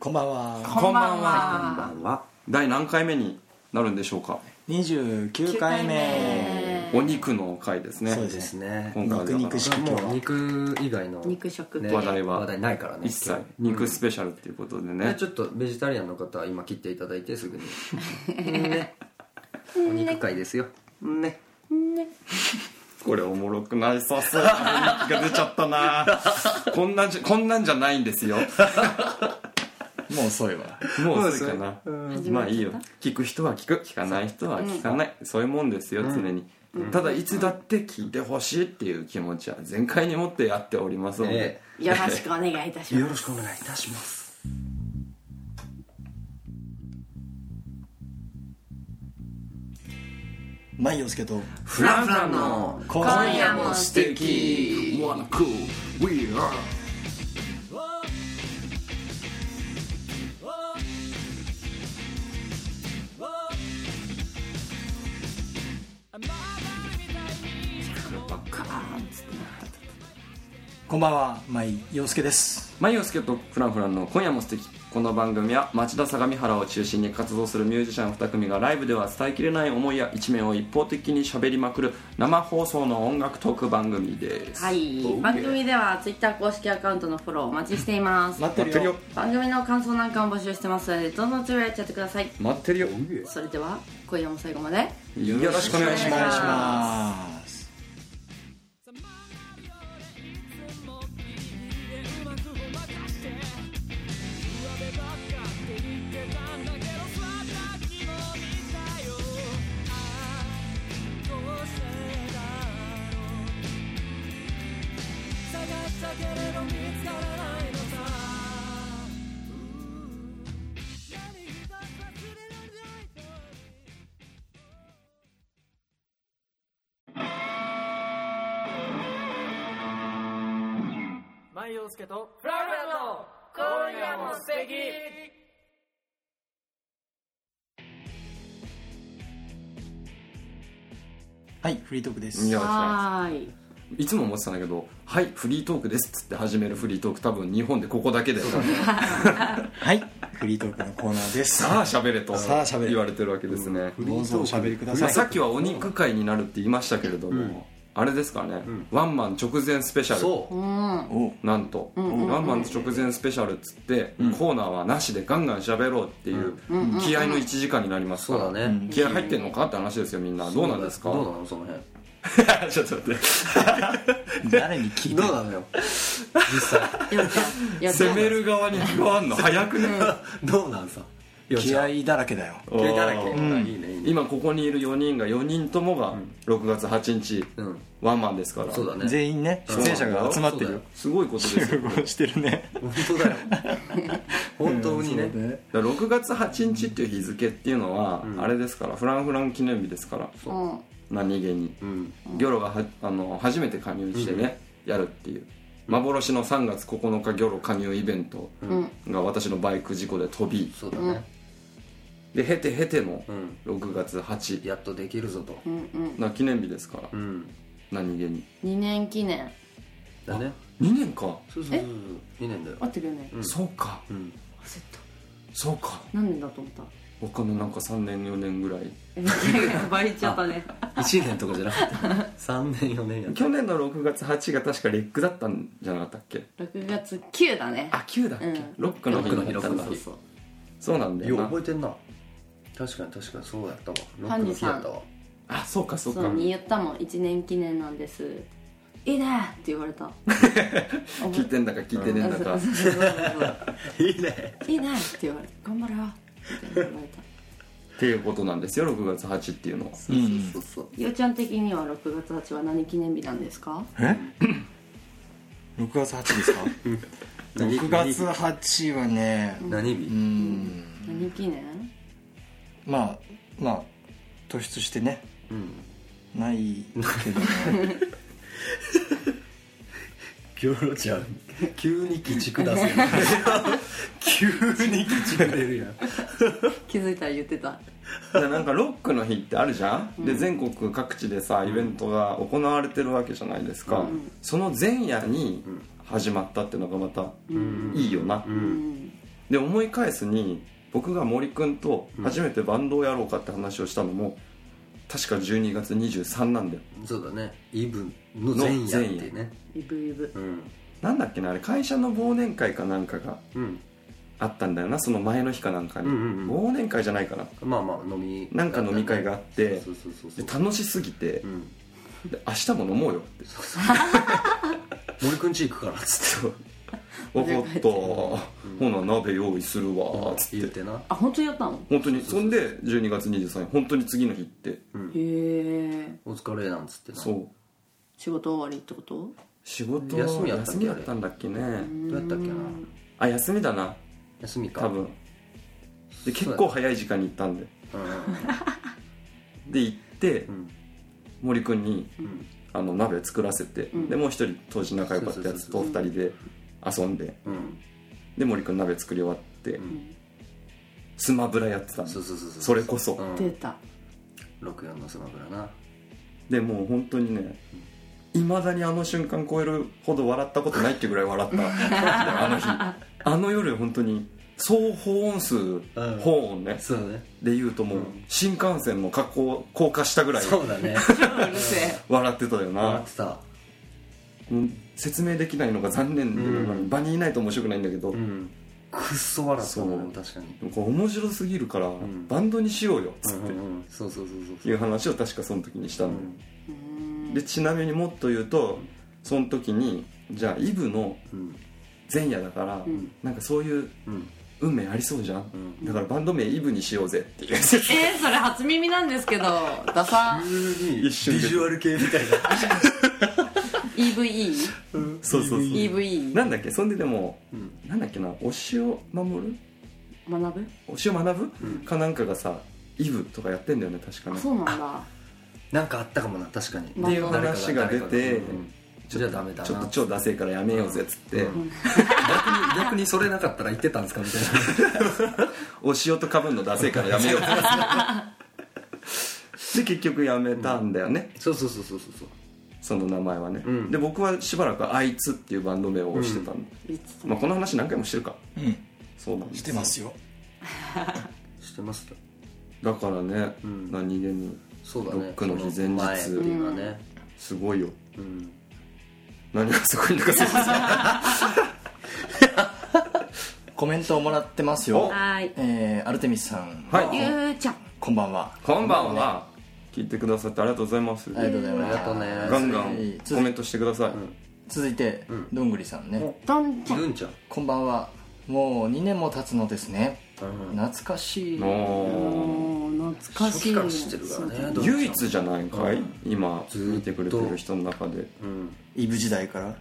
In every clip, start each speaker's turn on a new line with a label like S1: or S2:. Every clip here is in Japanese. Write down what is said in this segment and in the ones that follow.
S1: こんばんは。
S2: こんばん
S3: こんば
S2: は。
S3: んは第何回目になるんでしょうか
S1: 二十九回目。
S3: お肉の回ですね
S1: そうです
S3: ね
S1: ね。
S3: 今回はだ
S1: 肉
S3: から
S1: 肉しく今日
S4: もう
S1: は。
S4: 肉以外の、
S2: 肉食系。
S4: ね
S3: 話題は
S4: 話題ないからね
S3: 一切
S4: 今日
S3: 肉スペシャルっていうことでね、
S4: ねちょっとベジタリアンの方は今切っていただいて すぐにねお肉会ですよね
S3: これおもろくなりそうそうが出ちゃったなこんなんじゃこんなんじゃないんですよ
S1: もう遅いわ。
S3: もう遅いかな
S2: ですね
S3: まあいいよ聞く人は聞く聞かない人は聞かない、そういうもんですよ常に、ただいつだって聞いてほしいっていう気持ちは全開に持ってやっておりますので、
S4: え
S2: よろしくお願いいたし
S4: えよ
S2: ま
S4: ろ
S2: す。
S4: しくお願いいたします
S1: まいよすけど。
S3: フランフランの
S1: 今
S2: 夜も素
S3: 敵 Wanna cool We are
S2: カーンっつってなった
S1: こんばんは、まいよすけです。
S3: マイオスケとフランフランの今夜も素敵この番組は町田相模原を中心に活動するミュージシャン2組がライブでは伝えきれない思いや一面を一方的に喋りまくる生放送の音楽トーク番組です
S2: はい、
S3: OK
S2: 番組では Twitter 公式アカウントのフォローお待ちしています
S1: 待ってるよ。
S2: 番組の感想なんかも募集してますのでどんどんつぶやいちゃってください
S3: 待ってるよ
S2: それでは今夜も最後まで
S3: よろしくお願いし
S1: お
S3: ま
S1: 願い
S3: す
S1: します。
S5: マイオスケとフラフラの今夜も素敵
S1: はい、フリートークです。
S3: よろしくお願いしま
S2: はーい
S3: すいつも思ってたんだけど「はいフリートークです」っつって始めるフリートーク多分日本でここ だけで
S1: はい、フリートークのコーナーです。
S3: さあ喋れと
S1: さあ喋れ
S3: 言われてるわけですね、
S1: どうぞおしゃべりくだ
S3: ま
S1: さ
S3: あ
S1: い。
S3: さっきはお肉会になるって言いましたけれども、あれですかね、ワンマン直前スペシャル
S4: そう
S1: お、
S3: なんと、ワンマン直前スペシャルっつって、コーナーはなしでガンガン喋ろうっていう、気合の1時間になります
S4: そ
S3: か
S4: う
S3: ら、
S4: だね
S3: 気合入ってんのかって話ですよみんなどうなんですか
S4: どうなのその辺
S3: ちょっと待 って
S1: 誰に聞いて
S4: ど
S1: る
S4: うなのよ実際
S2: やったやった
S3: 攻める側に加わんの早くね
S4: どうなんさ
S1: 気合だらけだよ。
S4: 気合だらけいいねいいね
S3: 今ここにいる4人が4人ともが6月8日、
S4: うん
S3: ワンマンですから
S4: そうだね
S1: 全員ね、出演者が集まってるよ。
S3: すごいことですよ
S1: 集合してるね。
S4: 本当だよ 本当にね
S3: だから6月8日っていう日付っていうのは、あれですからフランフラン記念日ですから
S2: うん
S3: 何気に、
S4: うん
S3: ギョロがはあの初めて加入してね、やるっていう幻の3月9日ギョロ加入イベントが私のバイク事故で飛び
S4: そうだね
S3: で経て経ての
S4: うん
S3: 6月8
S4: やっとできるぞと
S2: うんうん
S3: な記念日ですから、
S4: うん
S3: 何気に
S2: 2年記念
S4: だね
S3: 2年か、
S4: そうそうそう2年だよ
S2: 合ってるよね
S4: うん
S3: そうか
S4: うん
S2: 焦った
S3: そうか
S2: 何年だと思った
S3: 他のなんか3年4年ぐらい
S2: えバレちゃった ね
S4: 1年とかじゃなくて3年4年やった
S3: 去年の6月8が確かレックだったんじゃなかったっけ
S2: 6月9だね
S3: あ9だっけ、
S2: うん
S3: ロックの日だ
S4: ロック
S3: っ
S4: の
S3: た
S4: 日
S3: ん
S4: ロ
S3: だ
S4: ック
S2: そうそう
S3: そうなんだ
S4: よ
S3: よ
S4: う
S3: な
S4: 覚えてんな確かに確かにそうやったわロ
S2: ハ
S4: ッ
S2: ン
S4: ク
S2: ジ
S4: の日
S2: さん
S4: やったわ
S3: あそうかそうか
S2: そうに言ったもん1年記念なんですいいねって言われた
S3: 聞いてんだか聞いてねえんだか、
S2: そうそうそうそう
S4: いいね
S2: いいねって言われて頑張れよって言われた
S3: っていうことなんですよ6月8っていうのは
S1: うん。
S2: そうそうゆうちゃん的には6月8は何記念日なんですか
S1: え ?6 月8ですか ?6 月8はね、
S4: 何日
S1: う
S4: 何日
S1: ん、
S2: 何記念
S1: まあ、まあ、突出してね、
S4: うん
S1: ないけどね。
S4: ギョロちゃん急に鬼畜出すよ 急に鬼畜出るやん
S2: 気づいたら言ってた
S3: でなんかロックの日ってあるじゃん、で全国各地でさイベントが行われてるわけじゃないですか、その前夜に始まったっていうのがまたいいよな、
S2: うん
S3: で思い返すに僕が森くんと初めてバンドをやろうかって話をしたのも、確か12月23なんだよ
S4: そうだねイブの前夜っていうね
S2: イブイブ
S4: うん
S3: なんだっけなあれ会社の忘年会かなんかが
S4: うん
S3: あったんだよなその前の日かなんかに、
S4: うんうんうん
S3: 忘年会じゃないかな
S4: まあまあ飲み
S3: なんか飲み会があって
S4: そうそうそうそ
S3: で
S4: う
S3: 楽しすぎて
S4: うん
S3: で明日も飲もうよって
S4: 森くんち行くからっつっ
S3: そう「分かったほな鍋用意するわ」つ
S4: て
S3: っ
S4: 言っててな
S2: あ本当にやったの
S3: 本当にそんで12月23日本当に次の日って
S2: へえ
S4: お疲れなんつってな
S3: そう
S2: 仕事終わりってこと
S3: 仕事
S4: 休みやったっけ
S3: 休みやったんだっけね
S4: どうやったっけな
S3: あ休みだな
S4: 休みか
S3: 多分で結構早い時間に行ったんで
S4: うん
S3: で行って
S4: うん
S3: 森君に
S4: ん
S3: あの鍋作らせて
S2: ん
S3: でもう一人当時仲良かったやつと
S4: そう
S3: 二人で遊んで
S4: うん
S3: で森君鍋作り終わって
S4: ん
S3: スマブラやってたん
S4: そうそうそうう
S3: それこそ
S4: うん
S2: 出た
S4: 64のスマブラな
S3: でもう本当にねいまだにあの瞬間超えるほど笑ったことないっていうぐらい笑った あの日あの夜本当に総保温数保温ね
S4: そうだね
S3: で言うともう新幹線の加工降下したぐらい
S4: そうだね
S2: うるせえ
S3: 笑ってたよ
S4: 笑
S3: な
S4: ってた
S3: うん説明できないのが残念で、
S4: うん
S3: 場にいないと面白くないんだけど、
S4: うんくっそ笑った
S3: そ
S4: も
S3: うん
S4: 確かに
S3: これ面白すぎるから、
S4: ん
S3: バンドにしようよっつ
S4: う
S3: っ
S4: ん
S3: て、
S4: うんうんそうそうそうそう
S3: いう話を確かその時にした
S4: うん
S3: だよ、
S2: う
S4: ん
S2: ーん
S3: でちなみにもっと言うとその時にじゃあイブの
S4: うん
S3: 前夜だから、
S2: ん
S3: なんかそういう
S4: うん
S3: 運命ありそうじゃん、
S4: うん
S3: だからバンド名イブにしようぜっていう
S2: えー、それ初耳なんですけどダサ
S4: 急に
S3: 一瞬で
S4: ビジュアル系みたいな
S2: EVE?
S3: そうそうそう
S2: EVE?
S3: なんだっけそんででも、
S4: うん
S3: なんだっけな推しを守る
S2: 学ぶ
S3: 推しを学ぶ、かなんかがさイブとかやってんだよね確か
S2: あ
S3: ね
S2: そうなんだ
S4: なんかあったかもな確かに
S2: ま
S3: っていう
S2: 誰
S3: 話が出て、
S4: じゃあダメだな
S3: ちょっと超ダセえからやめようぜっつって、
S4: 逆に逆にそれなかったら言ってたんですかみたいな
S3: お塩とかぶんのダセえからやめようぜっつってで結局やめたんだよね、
S4: そうそうそうそうそうそう
S3: その名前はね、
S4: うん
S3: で僕はしばらく「あいつ」っていうバンド名を推してたんだ、
S2: 言ってた
S3: まあ、この話何回もしてるか
S1: うん
S3: そうなんです
S1: してますよ
S4: してました
S3: だからね、
S4: ん
S3: 何気に
S4: そうだ
S3: ロ
S4: ね
S3: ックの日前日
S4: 前っていうのはね
S3: すごいよ
S4: うん
S3: 何がすごいのかそうですね
S6: コメントをもらってますよ
S3: お
S2: はーい
S6: えーアルテミスさん、
S3: はい
S2: ゆうちゃん
S6: こんばんは
S3: こんばんは聞いてくださってありがとうございます
S6: ありがとうござい
S4: あり
S6: ま
S4: が
S6: す
S4: とうね
S3: ガンガン
S6: いい続
S3: コメントしてください、
S6: 続いて、どんぐりさんね
S2: どんちゃん
S4: ルンちゃん
S6: こんばんはもう2年も経つのですね懐かしい
S3: おー
S2: おー懐かしい
S4: 初期から知ってるからね
S2: そうだ
S4: どう
S3: 唯一じゃないんかい、今
S4: ずーっと
S3: 見てくれてる人の中で
S4: うん
S6: イブ時代から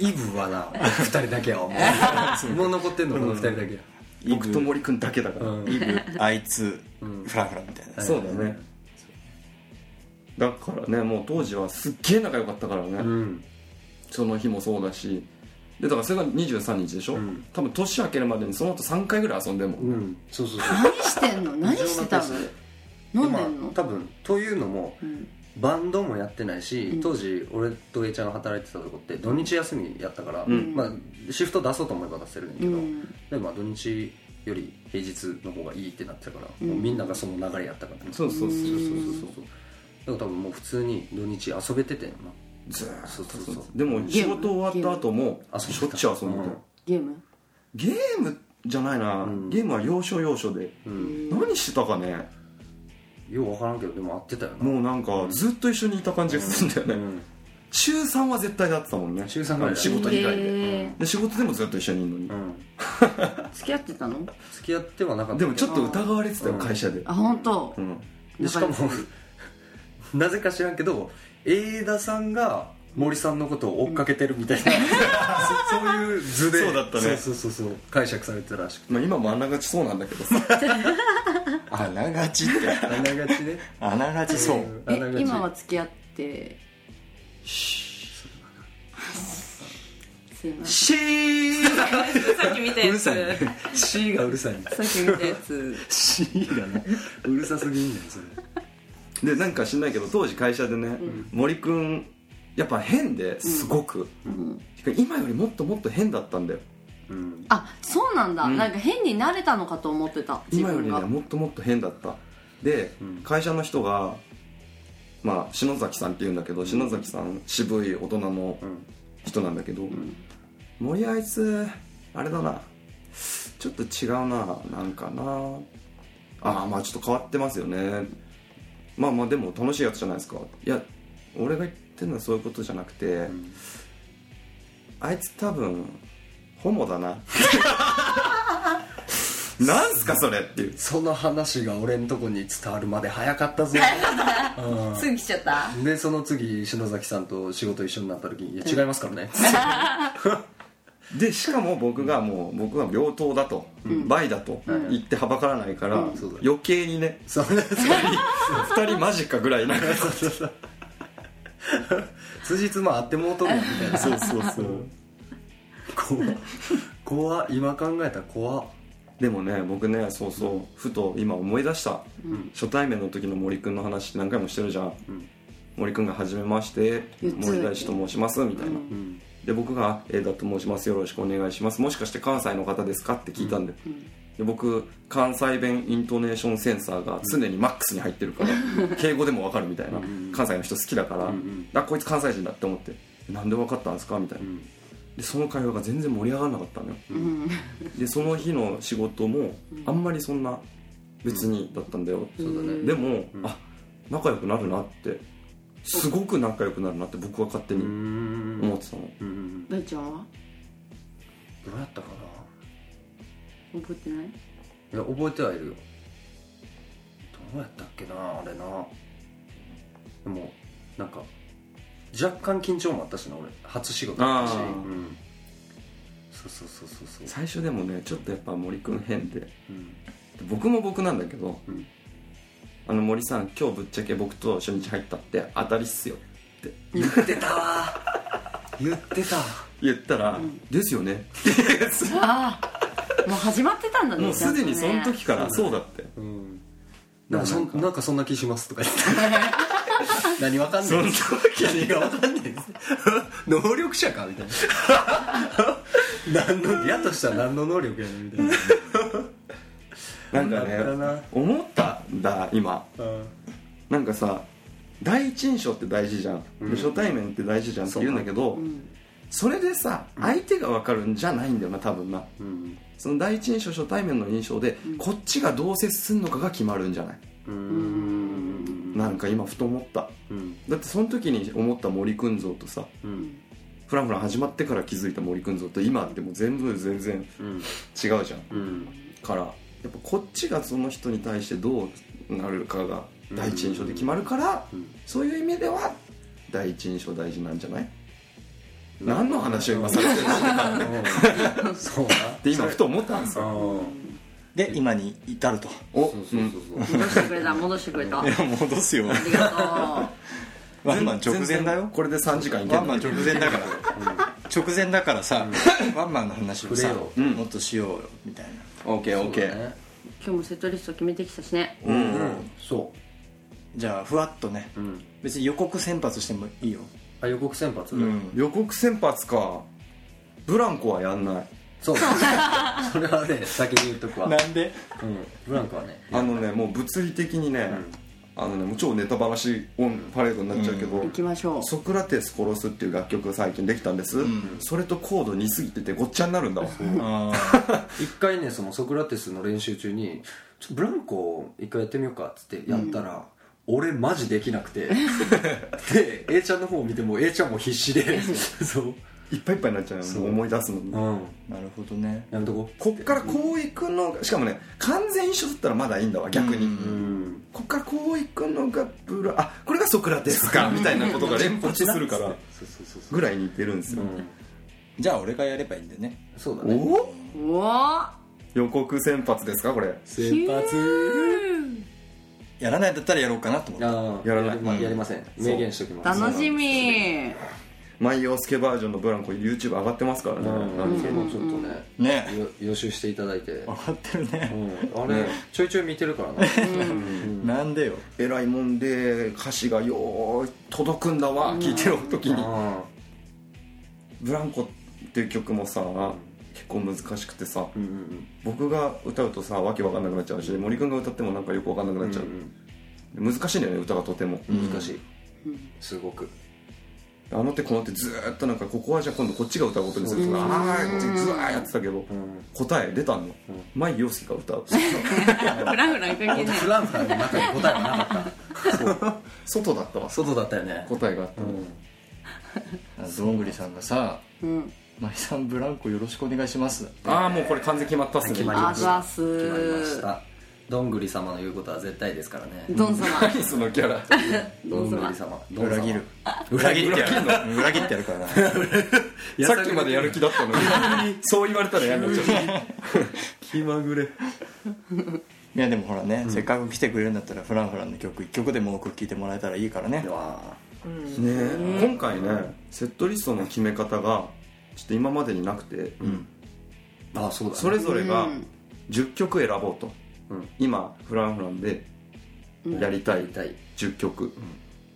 S4: イブはな2人だけ やもうもう残ってんのこの2人だけや
S3: 僕と森君だけだから、
S4: うん
S6: イブ
S1: あいつフラフラみたいな
S3: そうだねだからねもう当時はすっげえ仲良かったからね、
S4: うん
S3: その日もそうだしでだからそれが23日でしょ、
S4: ん
S3: 多分年明けるまでにその後3回ぐらい遊んでんもん、
S4: うんそうそうそう
S2: 何してんの何してたの飲んでん
S4: まあ
S2: の
S4: 多分というのも
S2: うん
S4: バンドもやってないし当時俺とエイちゃんが働いてたとこって土日休みやったから、
S3: ん
S4: まあ、シフト出そうと思えば出せるんやけど、
S2: うん
S4: でまあ土日より平日の方がいいってなってたから、もうみんながその流れやったから、ね、
S3: そうそうそう
S4: そうそうそうそうだから多分もう普通に土日遊べててんな
S3: ずーっと
S4: そうそうそう
S3: でも仕事終わった後も
S4: ム
S3: しょっちゅう遊んでたよ、
S2: ゲーム
S3: ゲームじゃないな、
S4: ん
S3: ゲームは要所要所で、
S4: ん
S3: 何してたかね
S4: よう分からんけどでも会ってたよな
S3: もうなんかずっと一緒にいた感じがするんだよね、
S4: うん
S3: 中3は絶対だってたもんね
S4: 中3ぐらいだね
S3: 仕事以外で
S2: へ
S3: で仕事でもずっと一緒にいるのに、
S4: うん
S2: ー付き合ってたの
S4: 付き合ってはなかったけ
S3: で
S4: ど
S3: もちょっと疑われてたよ会社で
S2: あ本当
S3: うん
S4: でしかも なぜか知らんけど永田さんが森さんのことを追っかけてるみたいな、そそういう図で
S3: そうだったね
S4: そうそうそうそう解釈されてたらしくて
S3: まあ今もあながちそうなんだけどさ
S6: あながちって
S4: あながちね
S6: あながちそう
S4: あ
S2: え
S4: ながち
S2: 今は付き合ってすいませ
S3: シーン
S2: ん さっき見たやつさ
S4: C がうるさいんだ
S2: っき見たやつ
S4: C がねうるさすぎんだよそれ
S3: でなんか知んないけど当時会社でね、森くんやっぱ変ですごく、しかも今よりもっともっと変だったんだよ
S4: うん
S2: あそうなんだ、
S3: うん
S2: なんか変に慣れたのかと思ってた自
S3: 今より
S2: 分
S3: ね
S2: が、
S3: もっともっと変だったで、
S4: うん
S3: 会社の人がまあ篠崎さんっていうんだけど篠崎さん渋い大人の
S4: うん
S3: 人なんだけど、
S4: ん
S3: 森あいつあれだなちょっと違うななんかなああまあちょっと変わってますよねまあまあでも楽しいやつじゃないですかいや俺が言ってるのはそういうことじゃなくて、
S4: ん
S3: あいつ多分ホモだななんすかそれっていう
S4: その話が俺んとこに伝わるまで早か ったぞうん
S2: すぐ来ちゃった
S4: でその次篠崎さんと仕事一緒になった時に「いや違いますからね」
S3: でしかも僕がもう僕は病棟だと、倍だと言ってはばからないから、
S4: んそうだね
S3: 余計にね
S4: そうね
S3: 2人マジかぐらいなんか
S4: 数日まあ会ってもうとるやんみたいなそうそうそう怖っ怖っ今考えたら怖っ
S3: でもね僕ねそうそうふと今思い出した、初対面の時の森くんの話って何回もしてるじゃん、
S4: ん
S3: 森くんが「はじめまして
S2: 言ってた
S3: 森大志と申します」みたいな、
S4: うん
S3: で僕が「えだと申しますよろしくお願いしますもしかして関西の方ですか?」って聞いたんで,、で僕関西弁イントネーションセンサーが常にマックスに入ってるから、敬語でも分かるみたいな、関西の人好きだから、
S4: ん
S3: あこいつ関西人だって思って「なんで分かったんですか?」みたいな、
S4: ん
S3: でその会話が全然盛り上がらなかったのよ、
S2: うん
S3: でその日の仕事もあんまりそんな別にだったんだよ、
S4: そうだね
S3: でも、あ仲良くなるなってすごく仲良くなるなって僕は勝手
S4: う
S3: に
S4: ん
S3: 思ってたの、
S4: うん
S2: 大ちゃんは
S4: どうやったか
S2: 覚えてない
S4: ないや覚えてはいるよどうやったっけなあれなでもなんか若干緊張もあったしな俺初仕事だった
S3: あ
S4: し、う
S3: ー
S4: ん、そうそうそうそうそう、
S3: 最初でもねちょっとやっぱ森くん変で
S4: うん
S3: 僕も僕なんだけど、
S4: うん
S3: あの森さん今日ぶっちゃけ僕と初日入ったって当たりっすよ
S4: 言ってたわ 言ってた
S3: 言ったら「ですよね」
S2: ああもう始まってたんだね
S3: もうすでに
S2: ち
S3: そ
S2: ゃんと
S3: の
S2: ね
S3: 時からそうだって
S4: うんなんかそんなんかそんな気しますとか言って 何わかんね
S3: その
S4: え
S3: 時
S4: 何
S3: に
S4: がわかんねえです能力者かみ たいな何のやとしたら何の能力やねんみたいな
S3: なんか
S4: だったな
S3: ね思ったんだ今なんかさ第一印象って大事じゃん、で初対面って大事じゃんって言うんだけどそ,、れでさ相手が分かるんじゃないんだよな多分な
S4: うん
S3: その第一印象初対面の印象で、こっちがどう接するのかが決まるんじゃない、
S4: うん
S3: なんか今ふと思った
S4: うん
S3: だってその時に思った森くん像とさ
S4: うん
S3: フランフラン始まってから気づいた森くん像と今ってもう全部全然違う
S4: うん
S3: じゃん
S4: うん
S3: からやっぱこっちがその人に対してどうなるかが第一印象で決まるから、
S4: うん
S3: そういう意味では第一印象大事なんじゃない、何の話を今されてるのっ
S4: そうな
S3: て今ふと思ったんですよ
S4: うん
S1: で今に至ると
S3: お
S4: そうそうそうそう
S2: 戻してくれた戻してくれたあ
S1: いや戻す よ
S2: りが
S1: ワンマン直前だ
S3: 全然
S1: よ
S3: これで3時間いけ
S1: ワ
S3: る
S1: ンマン直前だから直前だからさワンマンの話をさ
S4: 触れよ
S3: うん
S1: もっとしようよみたいな
S3: オーケーオーケ
S4: そうだ
S3: ー
S4: ね
S2: とう今日もセットリスト決めてきたしね
S4: うんうんそ
S1: じゃあふわっとね
S4: ううん
S1: 別に予告先発してもいいよ
S4: あ予告先発
S3: 予告先発かブランコはやんない
S4: そうそれはね先に言っとくわ
S1: なんで
S4: うんブランコはね
S3: あのねもう物理的にね、あのねもう超ネタバラシオンパレードになっちゃうけど、
S2: 行きましょう
S3: ソクラテス殺すっていう楽曲が最近できたんです、それとコード似すぎててごっちゃになるんだわ
S1: あ
S4: 一回ねそのソクラテスの練習中に「ちょっとブランコ一回やってみようか」っつってやったら、俺マジできなくてで A ちゃんの方を見ても A ちゃんも必死でそう
S3: いっぱいいっぱいになっちゃうよもう思い出すのに
S4: うん
S1: あなるほどね
S4: やめとこ
S3: こっからこういくのがしかもね完全一緒だったらまだいいんだわ逆に、
S4: ううん
S3: こっからこういくのがブラあこれがソクラテスかみたいなことが連発するから
S4: そうそうそうそう
S3: ぐらい似てるんですよ、
S4: うん
S1: じゃあ俺がやればいいんだよね
S4: そうだ
S3: お
S4: ね
S3: お
S2: おお
S3: 予告先発ですかこれ
S4: 先発
S1: やらないだったらやろうかなと思って
S4: ああ
S3: やらない
S4: まやりません明言しときます
S2: 楽しみ
S3: マイ洋介バージョンのブランコ YouTube 上がってますからね、
S4: うん
S3: な
S4: あ
S3: ん
S4: の
S3: か
S4: それもちょっとね
S1: ね
S4: よ予習していただいて、うん、
S1: 分かってるね
S4: あれ、ちょいちょい見てるからな、
S1: なんでよ
S3: えらいもんで歌詞がよう届くんだわ、聞いてる時に
S4: あ
S3: ブランコっていう曲もさ結構難しくてさ
S4: うんうん
S3: 僕が歌うとさわけわかんなくなっちゃうし森君が歌ってもなんかよくわかんなくなっちゃう、難しいんだよね歌がとても、
S4: うん難しい
S2: うん
S4: すごく
S3: あの手この手ずーっとなんかここはじゃあ今度こっちが歌うことにするとか
S4: そう
S3: あーってずわーやってたけど、答え出たの、舞陽介が歌う
S2: フランフラン関係ない
S4: フランフランの中に答えはなかった
S3: 外だったわ
S4: 外だったよ ね
S3: 答えがあったの、
S6: どんぐりさんがさ
S2: うん
S6: 「マリさんブランコよろしくお願いします」
S3: ああもうこれ完全決まったっすね
S4: 決まり
S2: あ
S4: まし
S2: ざ
S4: た
S2: っす
S4: 決まりましたどんぐり様の言うことは絶対ですからね
S2: ドン様
S3: 何そのキャラ
S4: どんぐり様どん様
S6: 裏切る
S4: 裏切ってやる
S6: うん裏切ってやるからな
S3: さっきまでやる気だったのにそう言われたらやめちゃう気まぐれ
S6: いやでもほらね、せっかく来てくれるんだったらフランフランの曲1曲でも多く聴いてもらえたらいいからね
S4: うわ
S3: ね今回ねセットリストの決め方がちょっと今までになくて、
S4: ーあそうだね
S3: それぞれ
S2: う
S3: が
S2: ん
S3: 10曲選ぼうと、
S4: うん
S3: 今フランフランでやりた
S4: や
S3: い
S4: りたい
S3: 10曲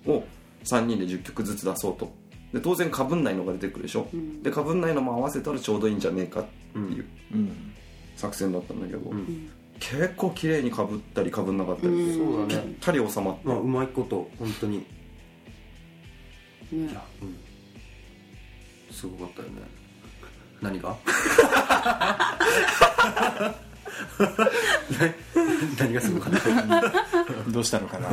S3: を3人で10曲ずつ出そうとで当然かぶんないのが出てくるでしょ、
S2: ん
S3: でかぶんないのも合わせたらちょうどいいんじゃねえかっていう
S6: うん
S3: 作戦だったんだけど、
S4: ん
S3: 結構綺麗にかぶったりかぶんなかったり
S2: うんそう
S3: ぴ
S4: だ
S3: っ
S4: ね
S3: たり収まって
S4: まあうまいこと本当に
S2: ね
S4: すごかったよね何 が何何がすごかった
S6: どうしたのかな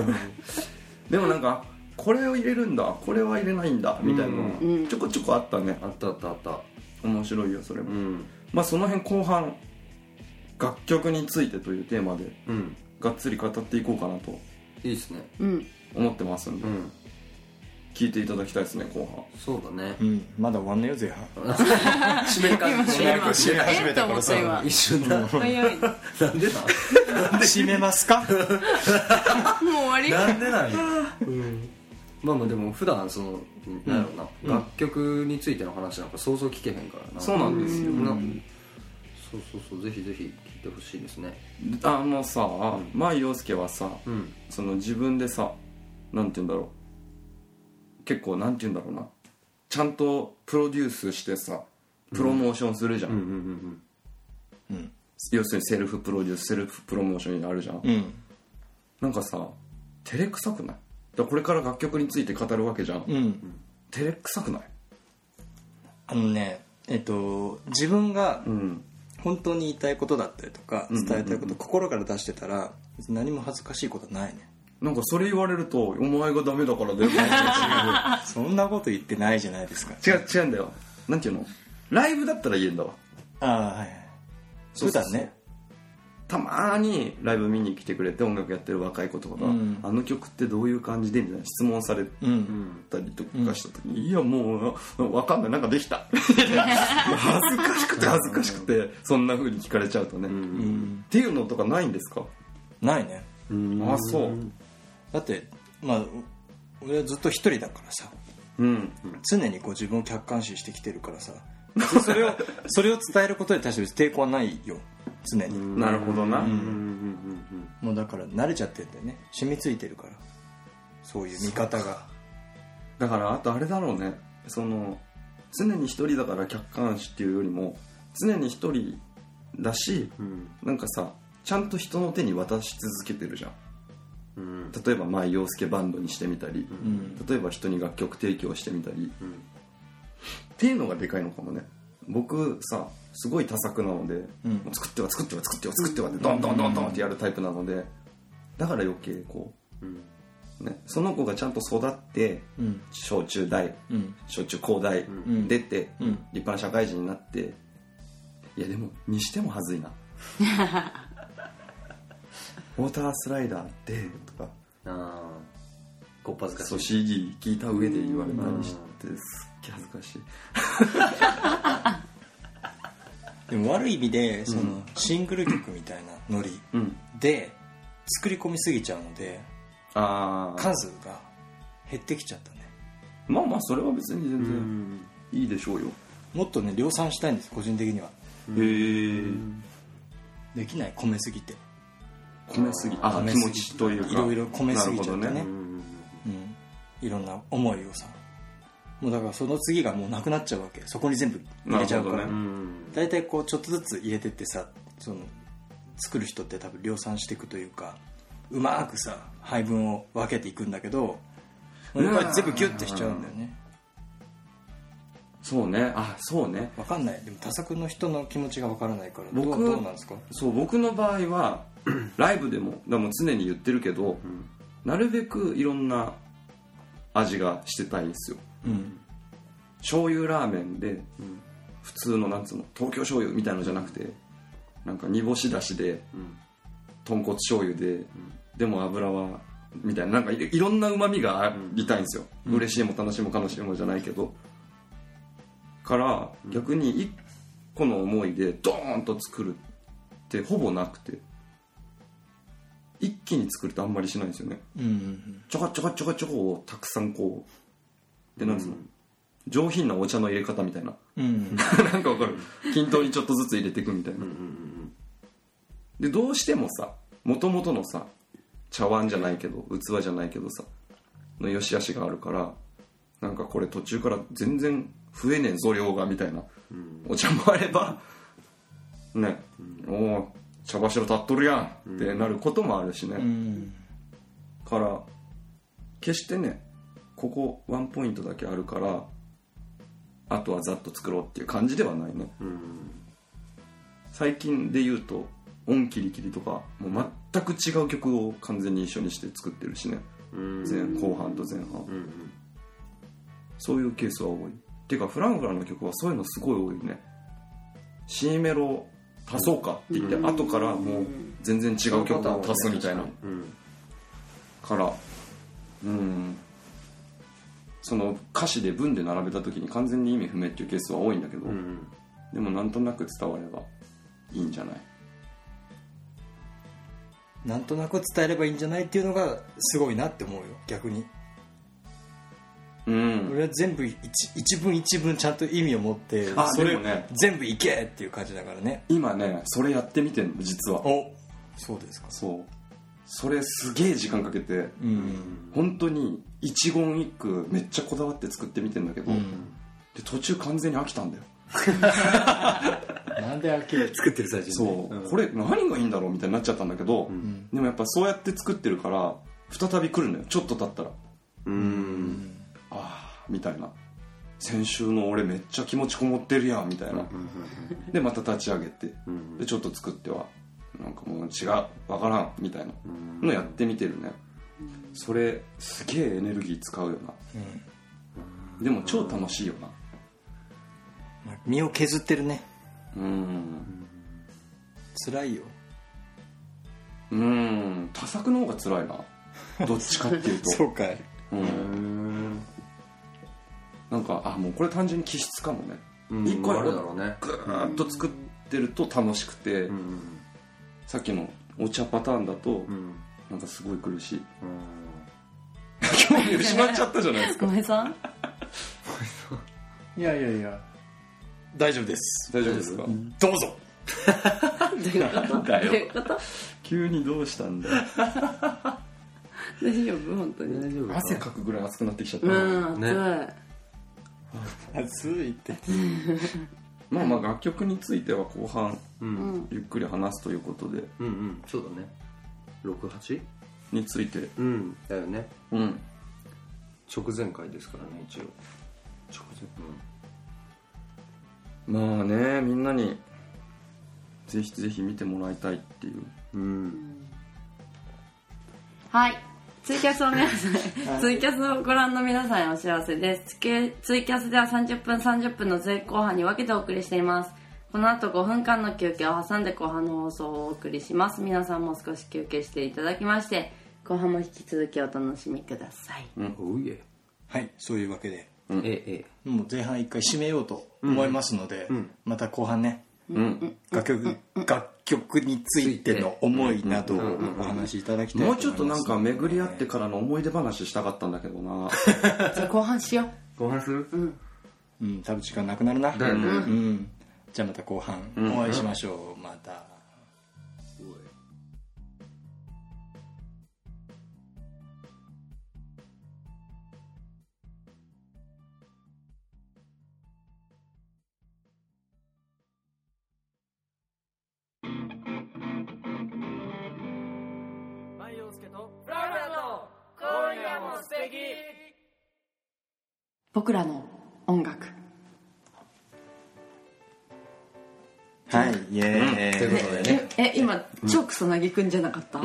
S3: でもなんかこれを入れるんだこれは入れないんだみたいなのが
S2: うん
S3: ちょこちょこあったね
S4: あったあったあった
S3: 面白いよそれも、
S4: ん
S3: まあその辺後半楽曲についてというテーマで
S4: うん
S3: がっつり語っていこうかなと
S4: いいですね
S2: うん
S3: 思ってますんで、
S4: ん
S3: 聞いていただきたいですね後半
S4: そうだね
S6: うんまだ終わんないよ前 半
S4: 締める感じ
S2: 締めます
S6: 締め始め
S2: えったと
S6: か
S2: 思
S6: ら
S2: っ
S6: さ
S2: た今
S4: 一瞬だ
S2: 早いも
S4: なんでな
S6: 締めますか
S2: う終わり
S4: んなんでなんよまあまあでも普段そのなんやろな、
S6: うん
S4: 楽曲についての話なんか想像聞けへんからな
S3: そうなんですよ
S4: なそうそうそうぜひぜひ聞いてほしいですね
S3: あのさ、まあ洋介はさ
S4: うん
S3: その自分でさなんて言うんだろう結構なんて言うんだろうなちゃんとプロデュースしてさプロモーションするじゃん、
S4: うんうんうん
S3: 要するにセルフプロデュースセルフプロモーションになるじゃん、
S6: うん
S3: なんかさ照れくさくないだからこれから楽曲について語るわけじゃん、
S6: うん
S3: 照れくさくない
S6: あのねえっと自分が
S3: うん
S6: 本当に言いたいことだったりとか
S3: んうんうん
S6: 伝えたいこと心から出してたら別に何も恥ずかしいことないね
S3: なんかそれ言われるとお前がダメだからだよ
S6: そんなこと言ってないじゃないですか
S3: 違う違うんだよなんていうのライブだったら言えんだわ
S6: ああはいはい
S3: そう
S6: 普
S3: そうそ
S6: 段
S3: う
S6: ね
S3: たまーにライブ見に来てくれて音楽やってる若い子とかが、
S6: うん
S3: あの曲ってどういう感じでみたいな質問され
S6: う
S4: うんん
S3: たりとかした時に、いやもうわかんないなんかできた恥ずかしくて恥ずかしくてそんな風に聞かれちゃうとね、
S6: うん、
S3: っていうのとかないんですか
S6: ないね
S4: うん
S3: あそう
S6: だってまあお俺はずっと一人だからさ
S3: うん
S6: 常にこう自分を客観視してきてるからさそれを それを伝えることに対して別に抵抗はないよ常に、
S3: なるほどな、
S4: うんうんうんうん
S6: もうだから慣れちゃってんだよね染みついてるからそういう見方が
S3: だからあとあれだろうねその常に一人だから客観視っていうよりも常に一人だし
S4: うん
S3: なんかさちゃんと人の手に渡し続けてるじゃん
S4: うん
S3: 例えばまあ洋介バンドにしてみたり、
S6: うん
S3: 例えば人に楽曲提供してみたり、
S4: ん
S3: っていうのがでかいのかもね僕さすごい多作なので、
S6: うん
S3: もう作っては作っては作っては作ってはでどんどんどんどんってやるタイプなのでだから余計こ
S4: うん
S3: う、ね、その子がちゃんと育って
S6: うん
S3: 小中大
S6: うん
S3: 小中高大
S6: ん
S3: 出て、
S6: うん
S3: 立派な社会人になっていやでもにしてもはず いなウォータースライダーでとか
S4: あーこっぱずかしい
S3: そう CD 聞いた上で言われたりしてすっげえ恥ずかしい
S6: でも悪い意味でその、シングル曲みたいなノリ
S3: うん
S6: で作り込みすぎちゃうので
S3: ああ
S6: 数が減ってきちゃったね
S3: まあまあそれは別に全
S4: う
S3: 然
S4: ん
S3: いいでしょうよ、
S6: もっとね量産したいんです個人的には
S3: へえ
S6: できない米すぎて
S3: 米すぎあ
S6: 米
S3: 気
S6: すぎ
S3: 持ちというか
S6: いろいろ米すぎちゃったね
S3: なるほど
S4: うん
S6: うん、いろんな思いをさもうだからその次がもうなくなっちゃうわけそこに全部入れちゃうから、
S3: なるほど
S4: うん
S6: 大体こうちょっとずつ入れてってさその作る人って多分量産していくというかうまくさ配分を分けていくんだけど僕は全部ギュッてしちゃうんだよね
S3: そうねあそうね
S6: わかんないでも他作の人の気持ちがわからないからどう
S3: 僕
S6: どうなんですか
S3: そう僕の場合はライブでもでも常に言ってるけど、なるべくいろんな味がしてたいんですよ
S6: うん
S3: 醤油ラーメンで、普通のなんつうの東京醤油みたいのじゃなくてなんか煮干しだしで、豚骨醤油で、でも油はみたいななんかいいろんなうまみがありたいんですよ、嬉しいも楽しいも悲しいもじゃないけどから逆に一個の思いでドーンと作るってほぼなくて一気に作るってあんまりしないんですよね
S6: うんうん
S3: ちょこちょこちょこちょこをたくさんこうでなんつうの、上品なお茶の入れ方みたいな
S6: うんうん
S3: なんかわかる均等にちょっとずつ入れていくみたいな、でどうしてもさもともとのさ茶碗じゃないけど器じゃないけどさの良し悪しがあるからなんかこれ途中から全然増えねえぞ量がみたいな、お茶もあればね、おお茶柱立っとるやんってなることもあるしね、
S6: うん
S3: から決してねここワンポイントだけあるからあとはざっと作ろうっていう感じではないね、最近で言うと「音キリキリ」とかもう全く違う曲を完全に一緒にして作ってるしね前後半と前半、そういうケースは多いていうかフランフランの曲はそういうのすごい多いね C メロ足そうかって言って、後からもう全然違う曲を足すみたいな、からうんその歌詞で文で並べた時に完全に意味不明っていうケースは多いんだけど、でもなんとなく伝わればいいんじゃない
S6: なんとなく伝えればいいんじゃないっていうのがすごいなって思うよ逆に
S3: うん
S6: 俺は全部一一文一文ちゃんと意味を持って
S3: あ
S6: それ
S3: でもね
S6: 全部いけっていう感じだからね
S3: 今ねそれやってみてんの実は
S6: おそうですか
S3: そうそれすげえ時間かけて
S6: うん
S3: 本当に一言一句めっちゃこだわって作ってみてんだけど、で途中完全に飽きたんだよ
S6: なんで飽きる
S4: 作ってる最中に
S3: そう、これ何がいいんだろうみたいになっちゃったんだけど、でもやっぱそうやって作ってるから再び来るのよちょっと経ったら
S4: うん
S3: ああみたいな先週の俺めっちゃ気持ちこもってるやんみたいなでまた立ち上げてでちょっと作ってはなんかもう違うわからんみたいなのやってみてるねそれすげえエネルギー使うよなでも超楽しいよな
S6: 身を削ってるね
S3: うん
S6: 辛いよ
S3: うん多作の方が辛 いなどっちかっていうと
S6: うかい
S3: うんなんかあもうこれ単純に気質かもね
S4: うん
S3: 一個や
S4: あ
S3: ろ
S4: るだろうね
S3: ぐーっと作ってると楽しくて、さっきのお茶パターンだと、なんかすごい苦しい、興味失っちゃったじゃないですか
S2: 萌えさん
S1: いやいやいや
S6: 大丈夫です
S3: 大丈夫ですか、
S6: どうぞ
S2: どういうことどう
S3: だよ
S2: いうこと
S3: 急にどうしたんだ
S2: 大丈夫本当に
S4: 丈夫
S3: 汗かくぐらい熱くなってきちゃった、
S2: うん
S4: ね
S2: 暑
S6: 熱いって
S3: まあまあ楽曲については後半
S4: うん
S2: いうん
S3: ゆっくり話すということで
S4: うんうんそうだね 68?
S3: について
S4: うんだよね
S3: うん
S4: 直前回ですからね一応直
S3: まあねみんなにぜひぜひ見てもらいたいっていう
S4: 前うん、うん、
S2: はい。ツイキャスを皆さん、ツイキャスをご覧の皆さんへお知らせです。ツケツイキャスでは30分30分の前後半に分けてお送りしています。この後5分間の休憩を挟んで後半の放送をお送りします。皆さんも少し休憩していただきまして、後半も引き続きお楽しみください。
S4: おいえ
S6: はいそういうわけで
S4: ええ
S6: もう前半一回締めようと思いますので、また後半ね
S3: うん
S6: 楽曲、楽曲についての思いなどをお話しいただきたい
S3: もうちょっとなんか巡り合って
S6: か
S3: からの思い出話したかったんだけど な
S2: じゃあ後半しよう。
S4: ご飯する
S6: うん多分時間なくなるな
S4: だよね
S6: うんじゃあまた後半お会いしましょうまた
S5: も素敵
S2: 僕らの音楽
S6: はい、イエーイ。
S4: ということでね
S2: ええ今超クソなぎくんじゃなかった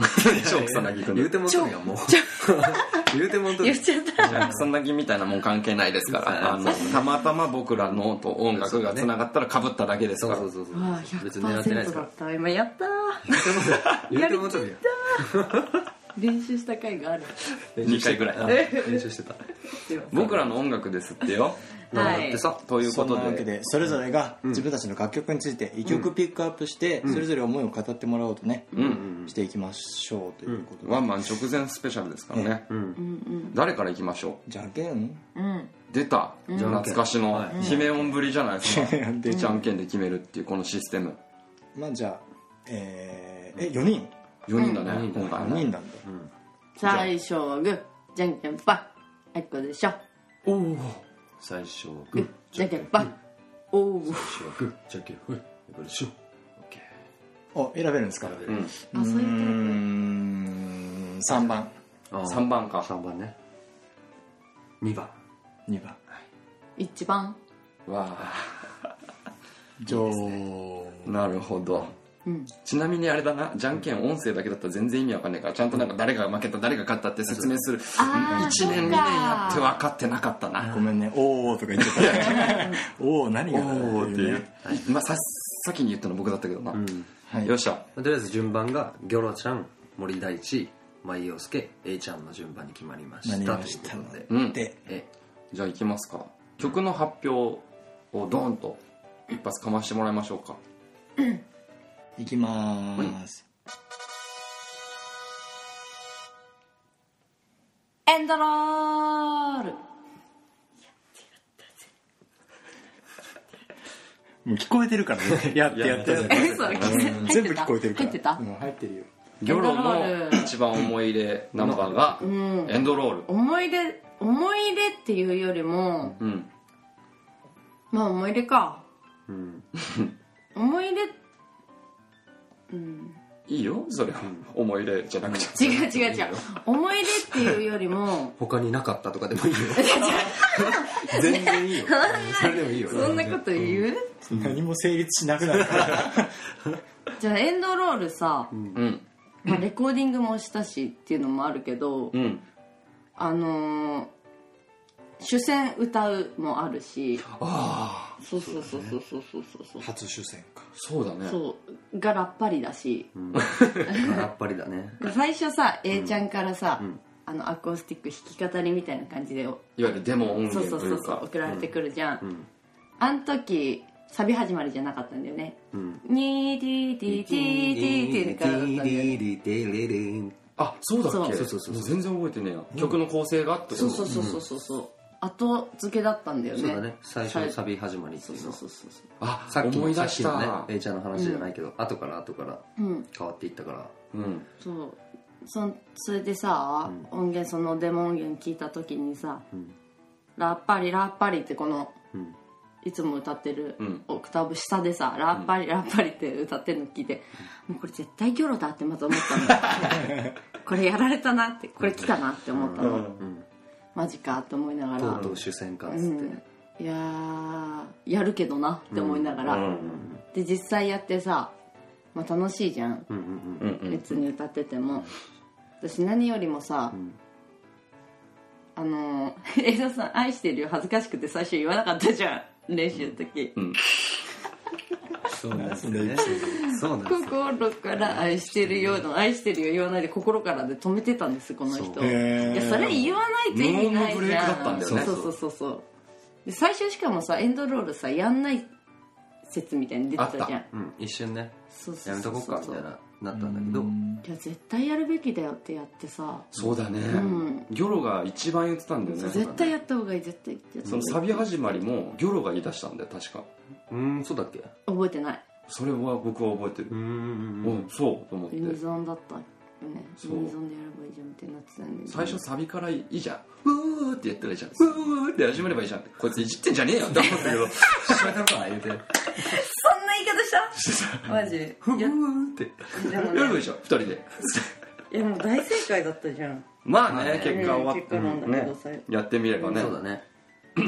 S3: 超草薙君
S4: 言うてもんとるやんもう 言うてもん と
S2: 言
S4: る
S2: っちゃった
S3: 草薙みたいなもん関係ないですからあのたまたま僕らのと音楽がつながったらかぶっただけです
S4: そ
S3: か
S4: う
S3: ら
S4: そうそうそう
S2: わあ
S4: 別に狙ってないで
S2: 100%
S4: す
S2: だ
S4: から
S2: った今やった
S4: 言うてもんとるやん
S2: 練習した回がある
S3: 2回ぐらい
S4: 練習してた
S3: 僕らの音楽ですってよ
S2: は
S4: だっ
S2: い
S4: てさ
S3: という
S6: そ
S3: こ
S6: んな
S3: と
S6: わけ
S3: で
S6: で、それぞれが自分たちの楽曲について一曲ピックアップして、それぞれ思いを語ってもらおうとね、していきましょうということで。
S3: ワンマン直前スペシャルですからね誰からいきましょ
S6: じゃんけん
S2: うん
S3: う出た懐かしの姫音ぶりじゃな いですか
S6: で
S3: じゃんけんで決めるっていうこのシステム
S6: まあじゃあ、えー、え、4人
S3: 4人だね今回
S6: ?4
S3: は
S6: 人
S3: ね
S6: なんだ。
S2: 最初はグーじゃんけんパーあいこでしょ
S4: 最初グッ
S2: じゃんけんパーおお
S4: ショグッじゃんけんほいこれショ
S6: お、選べるんですかう
S2: あそう
S6: ー、
S2: いうん
S6: 3番、
S3: 3番か
S4: 3番ね2番
S6: 2番。
S2: タイプ1番
S3: わあ
S6: じゃあ、
S3: なるほど、
S2: ん
S3: ちなみにあれだなじゃんけん音声だけだったら全然意味わかんないからちゃんとなんか誰が負けた誰が勝ったって説明する
S2: あー
S3: 1年
S2: そうか
S3: 2年やって分かってなかったな
S6: ごめんね、おーとか言っちゃ った。おー、何がおーっていうね。
S3: まあ、さ先に言ったの僕だったけどな、
S6: はい
S3: よっしゃ
S4: とりあえず順番がギョロちゃん森大地舞陽介 A ちゃんの順番に決まりました
S6: 何が
S4: とい
S6: し
S4: う
S6: た
S4: こと
S6: の
S4: で、
S3: うん
S6: で、
S4: え
S3: じゃあいきますか曲の発表をドーンと一発かましてもらいましょうか
S6: いきまーす。
S2: エンドロール
S6: もう聞こえてるからね。 やってやってやって。
S2: え嘘
S6: うん全部聞こえてるから。
S2: 入ってた
S6: うん入ってるよ。
S3: ギョロ
S2: エンドロ
S3: の
S2: ール
S3: 一番思い入れナンバーがエンドロール
S2: 思い出思い出っていうよりも
S3: うん
S2: まあ思い出か
S4: ん
S2: 思い出
S3: いいよそれは思い入れじゃなくて
S2: 違う違う違う思い出っていうよりも
S4: 他になかったとかでもいいよ全然 いいよそれでもいいよ
S2: そんなこと言う
S6: 何も成立しなくなる から。
S2: じゃあエンドロールさ、
S3: うん
S2: まあ、レコーディングもしたしっていうのもあるけど、
S3: うん
S2: あのー主戦歌うもあるし
S3: ああ
S2: そうそうそうそうそうそうそう
S6: 初主戦か。
S3: そうだね
S2: そうがらっぱりだし、
S4: やっぱりだね
S2: 最初さ A ちゃんからさ、あのアコースティック弾き語りみたいな感じで
S3: いわゆるデモ音
S2: そう
S3: 源
S2: そう
S3: とい
S2: そう
S3: う
S2: そう
S3: か
S2: 送られてくるじゃん、あん時サビ始まりじゃなかったんだよね「ニーディーディーディーディー」っていうのからだったんだよね
S3: あそうだっけ
S4: そうそうそうそう
S3: も全然覚えてねえや曲の構成がってこと
S2: そうそうそうそうそうそう後付けだったんだよね
S4: そうだね最初のサ
S2: ビ
S4: ビ始まりっていう
S2: そ
S4: の
S2: うそうそうそう
S3: あ
S4: さっき
S3: 思
S4: の
S3: い
S4: さ
S3: 出
S4: っき
S3: し
S4: のね
S3: た
S4: A ちゃんの話じゃないけど後から後から
S2: うん
S4: 変わっていったから
S3: うん
S2: そうそんそれでさ、音源そのデモ音源聞いた時にさ「ラッパリラッパリ」ってこの、
S4: ん
S2: いつも歌ってる
S3: ん
S2: オクターブ下でさ「ラッパリラッパリ」って歌ってるの聞いて、もうこれ絶対ギョロだってまた思ったんだ これやられたなってこれ来たなって思ったの、マジかって思いながら
S4: とうとう主戦かっつって、
S2: いやーやるけどなって思いながら、で実際やってさ、まあ、楽しいじゃん,、別に歌ってても私何よりもさ、あの ー映像さん「愛してるよ」恥ずかしくて最初言わなかったじゃん練習の時、
S4: そうなんですよねそうなんですよ
S2: 心から「愛してるよ」の「愛してるよ」言わないで心からで止めてたんですこの人、
S6: へー
S2: いやそれ言わないと意味ない
S3: 無音のブ
S2: じ
S3: レイ
S2: ゃ
S3: クだ
S2: ん
S3: ったんだよね
S2: そうそうそうそうで最初しかもさエンドロールさやんない説みたいに出てたじゃん
S3: あっ
S4: うん一瞬ね
S2: そうそう
S4: やめとこうかみ
S2: そうそう
S4: たいななったんだけど
S2: いや絶対やるべきだよってやってさ、
S3: そうだね
S2: ん
S3: ギョロが一番言ってたんだよね
S2: 絶対やった方がいい絶対やった方がいい
S3: そのサビ始まりもギョロが言い出したんだよ確か
S4: うんそうだっけ
S2: 覚えてない
S3: それは僕は覚えてる
S4: う
S3: うんんそうと思って
S2: ユニゾンだったよね
S3: そう
S2: ユニゾンでやればいいじゃんみたいになってたんで
S3: 最初サビからいいじゃんうーってやったらいいじゃんうーって始めればいいじゃんこいついじってんじゃねえよって思ったけど
S4: それだから言うて
S2: そんな言い方したマジ
S3: うーってやればいいじゃん二人で
S2: いやもう大正解だったじゃん
S3: まあね、結果終わっ
S2: 結果なんだけど
S3: ね
S2: さ
S3: やってみればね
S4: そうだね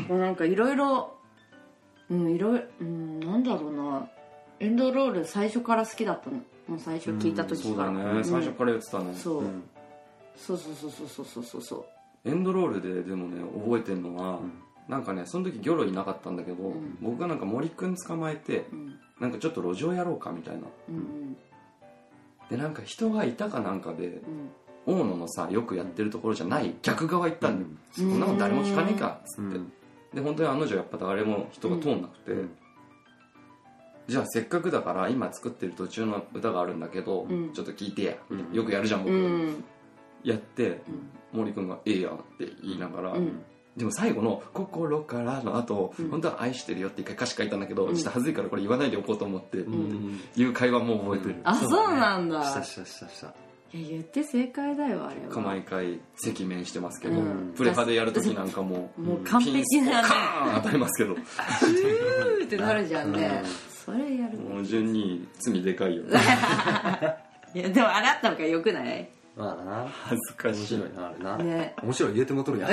S2: もうなんかいろいろうんいろいろうんなんだろうなエンドロール最初から好きだったのもう最初聞いた時
S3: そう
S2: から
S3: だね最初から言ってたね、
S2: うんそううんそうそうそうそうそうそうそう
S3: エンドロールででもね覚えてるのは、なんかねその時ギョロいなかったんだけど、
S2: ん
S3: 僕がなんか森くん捕まえて
S2: うん
S3: なんかちょっと路上やろうかみたいな
S2: うん
S3: でなんか人がいたかなんかで
S2: うん
S3: 大野のさよくやってるところじゃない逆側行ったんだよ、
S2: う
S3: そんなもん誰も聞かねえかっつって、
S4: うん
S3: で本当にあの女やっぱ誰も人が通んなくて、
S4: うん
S3: じゃあせっかくだから今作ってる途中の歌があるんだけど、
S2: うん
S3: ちょっと聞いてや、
S4: うん
S3: よくやるじゃん僕、
S2: うん
S3: やって
S2: うん
S3: 森君が「ええやん」って言いながら、
S2: うん
S3: でも最後の「心から」の後、
S2: うん
S3: 本当は「愛してるよ」って一回歌詞書いたんだけど、
S2: うん
S3: ちょっと恥ずいからこれ言わないでおこうと思って、
S4: うん
S3: いう会話も覚えてる、
S2: あそうなんだ
S4: したしたしたした
S2: いや言って正解だよあれは
S3: か毎回赤面してますけど、
S2: うん
S3: プレハでやる時なんかも
S2: もう完璧だね
S3: カーン当たりますけど
S2: うーってなるじゃんねそれやる
S3: もう順に罪でかい よね
S2: いやでもあれあった方がよくない
S4: まあな
S3: 恥ずか
S4: 面
S3: しい
S4: 白いなあれな、
S2: ね
S4: 面白い言うてもとるやん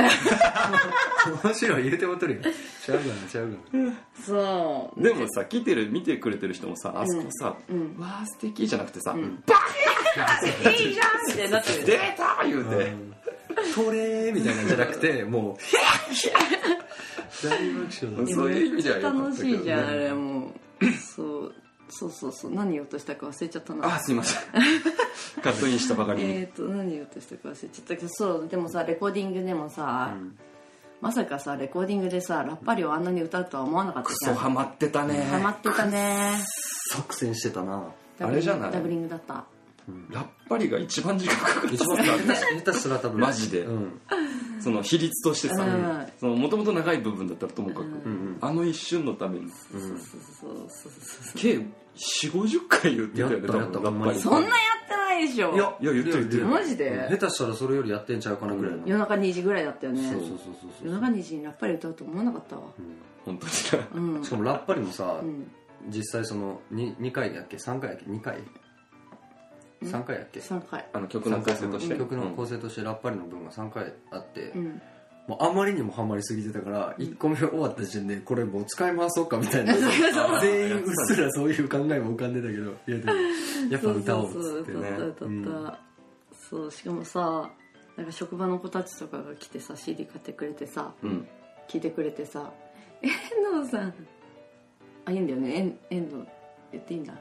S4: 面白い言うてもとるやんちゃうがなちゃうがな
S2: そう
S3: でもさ来てる見てくれてる人もさあそこさ「
S2: うん
S3: わあ素敵じゃなくてさ「
S2: ん
S3: バ
S2: いいじゃんみたいになって
S3: ッ
S2: る
S3: 出た!」言うて、
S4: これーみたいなんじゃなくてもう
S2: いや
S4: 大爆笑だ
S3: そういう意味では良か
S2: 楽
S3: った
S2: し
S3: けどね
S2: いじゃんあれもうそうそうそうそう何言おうとしたか忘れちゃったな
S3: あすいませんカットインしたばかりに、
S2: えっ、と何言おうとしたか忘れちゃったけどそうでもさレコーディングでもさ、まさかさレコーディングでさラッパリをあんなに歌うとは思わなかった
S3: ク
S2: じゃ
S3: ソ
S2: ん
S3: ハマってたね
S2: ハマってたね
S4: 作戦してたな
S3: あれじゃない
S2: ダブリングダブリング
S3: ラ
S2: だっ
S3: ッパリが一番時間かかった
S4: 一番下手したら多分
S3: マジで
S4: うん
S3: その比率としてさ
S2: うん
S3: もともと長い部分だったらともかく、
S4: うん
S3: あの一瞬のために
S4: うんうん
S2: たそうそうそうそう
S3: 計4 5 0回言ってたよね
S4: やったやった
S3: 多分ラッパリ
S2: そんなやってないでしょ
S4: いや
S3: いや言ってる言ってる
S2: マジで
S4: 下手したらそれよりやってんちゃうかなぐらいの
S2: 夜中2時ぐらいだったよね
S4: そうそうそうそう
S2: 夜中2時にラッパリ歌うと思わなかったわ
S3: 本当にな
S2: うん
S4: しかもラッパリもさ、
S2: うん
S4: 実際その 2, 2回やっけ3回やっけ2回3回やっけ
S2: 3回
S3: あの曲の構成として
S4: 三回曲の構
S3: 成
S4: 成としてラッパリの分が3回あって、
S2: うん
S4: もうあまりにもハマりすぎてたから1個目終わった時点でこれもう使い回 そうかみたいな全員うっすらそういう考えも浮かんでたけどいやでもやっぱ歌おうっつってね
S2: そうそうそう歌った歌った、そうしかもさなんか職場の子たちとかが来てさ CD 買ってくれてさ
S3: うん
S2: 聞いてくれてさ「遠藤さんあいいんだよね遠遠藤言っていいんだ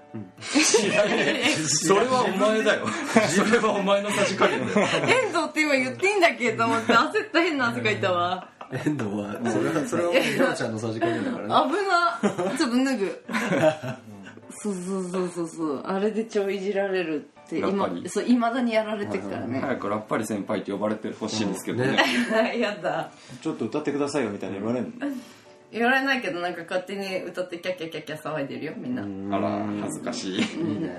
S3: それはお前だよそれはお前の差し加減だよ
S2: 遠藤って今言っていいんだっけ?」と思って焦った変な汗かいたわ
S4: 遠藤はそれはそれはもうひろちゃんのさじ加減だから
S2: 危
S4: ね
S2: なちょっと脱ぐそうそうそうそうそうあれで超いじられるって
S3: やっぱ
S2: 今
S3: り
S2: そういまだにやられてるから ね
S3: 早くラッパリ先輩って呼ばれてほしいんですけどね,、
S4: ね
S2: やだ
S6: ちょっと歌ってくださいよみたいな言われるの
S2: 言われないけどなんか勝手に歌ってキャッキャキャッキャ騒いでるよみんな
S3: あら恥ずかしい
S4: いいね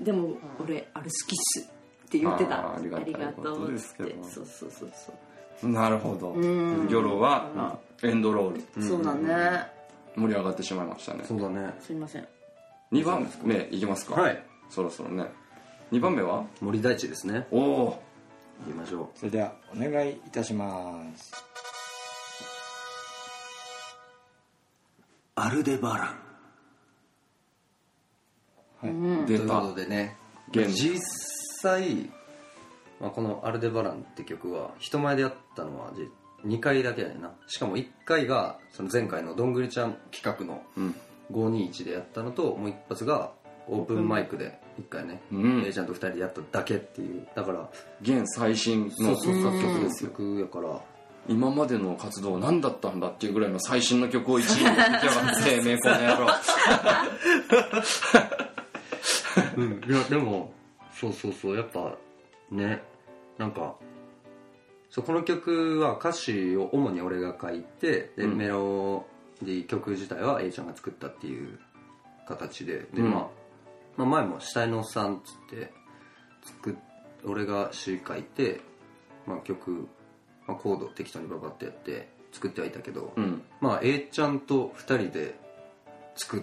S2: でも俺あれ好きっすって言ってた
S3: あーありがたいこと
S2: っ
S3: で
S2: つ
S3: すけ
S2: って
S3: ど
S2: そうそうそうそう、
S3: なるほどギョロはエンドロール
S2: そうだね
S3: 盛り上がってしまいましたね
S4: そうだね
S2: すいません
S3: 2番目いきますか
S4: はい
S3: そろそろね2番目は
S4: 森大地ですね
S3: おお
S4: 言いましょ
S6: それではお願いいたします
S4: うアルデバラン
S3: 出
S4: というこ
S3: た
S4: とでね
S3: 現
S4: 実際、まあ、この「アルデバラン」って曲は人前でやったのは2回だけやねんなしかも1回がその前回のどんぐりちゃん企画の
S3: うん
S4: 521でやったのともう一発がオープンマイクで1回ね、
S3: うん
S4: えいちゃんと2人でやっただけっていうだから
S3: 現最新の作曲ですよ
S4: 曲やから
S3: 今までの活動は何だったんだっていうぐらいの最新の曲を1位に出来上がって名この野 郎
S4: うんいやでもそうそうそうやっぱねなんかそうこの曲は歌詞を主に俺が書いてで、
S3: うん
S4: メロディー曲自体は A ちゃんが作ったっていう形でで、
S3: うん
S4: まあ、まあ前も「死体のおっさん」っつって作っ俺が詞書いて、まあ、曲、まあ、コードを適当にババってやって作ってはいたけど、
S3: うん
S4: まあ A ちゃんと2人で作っ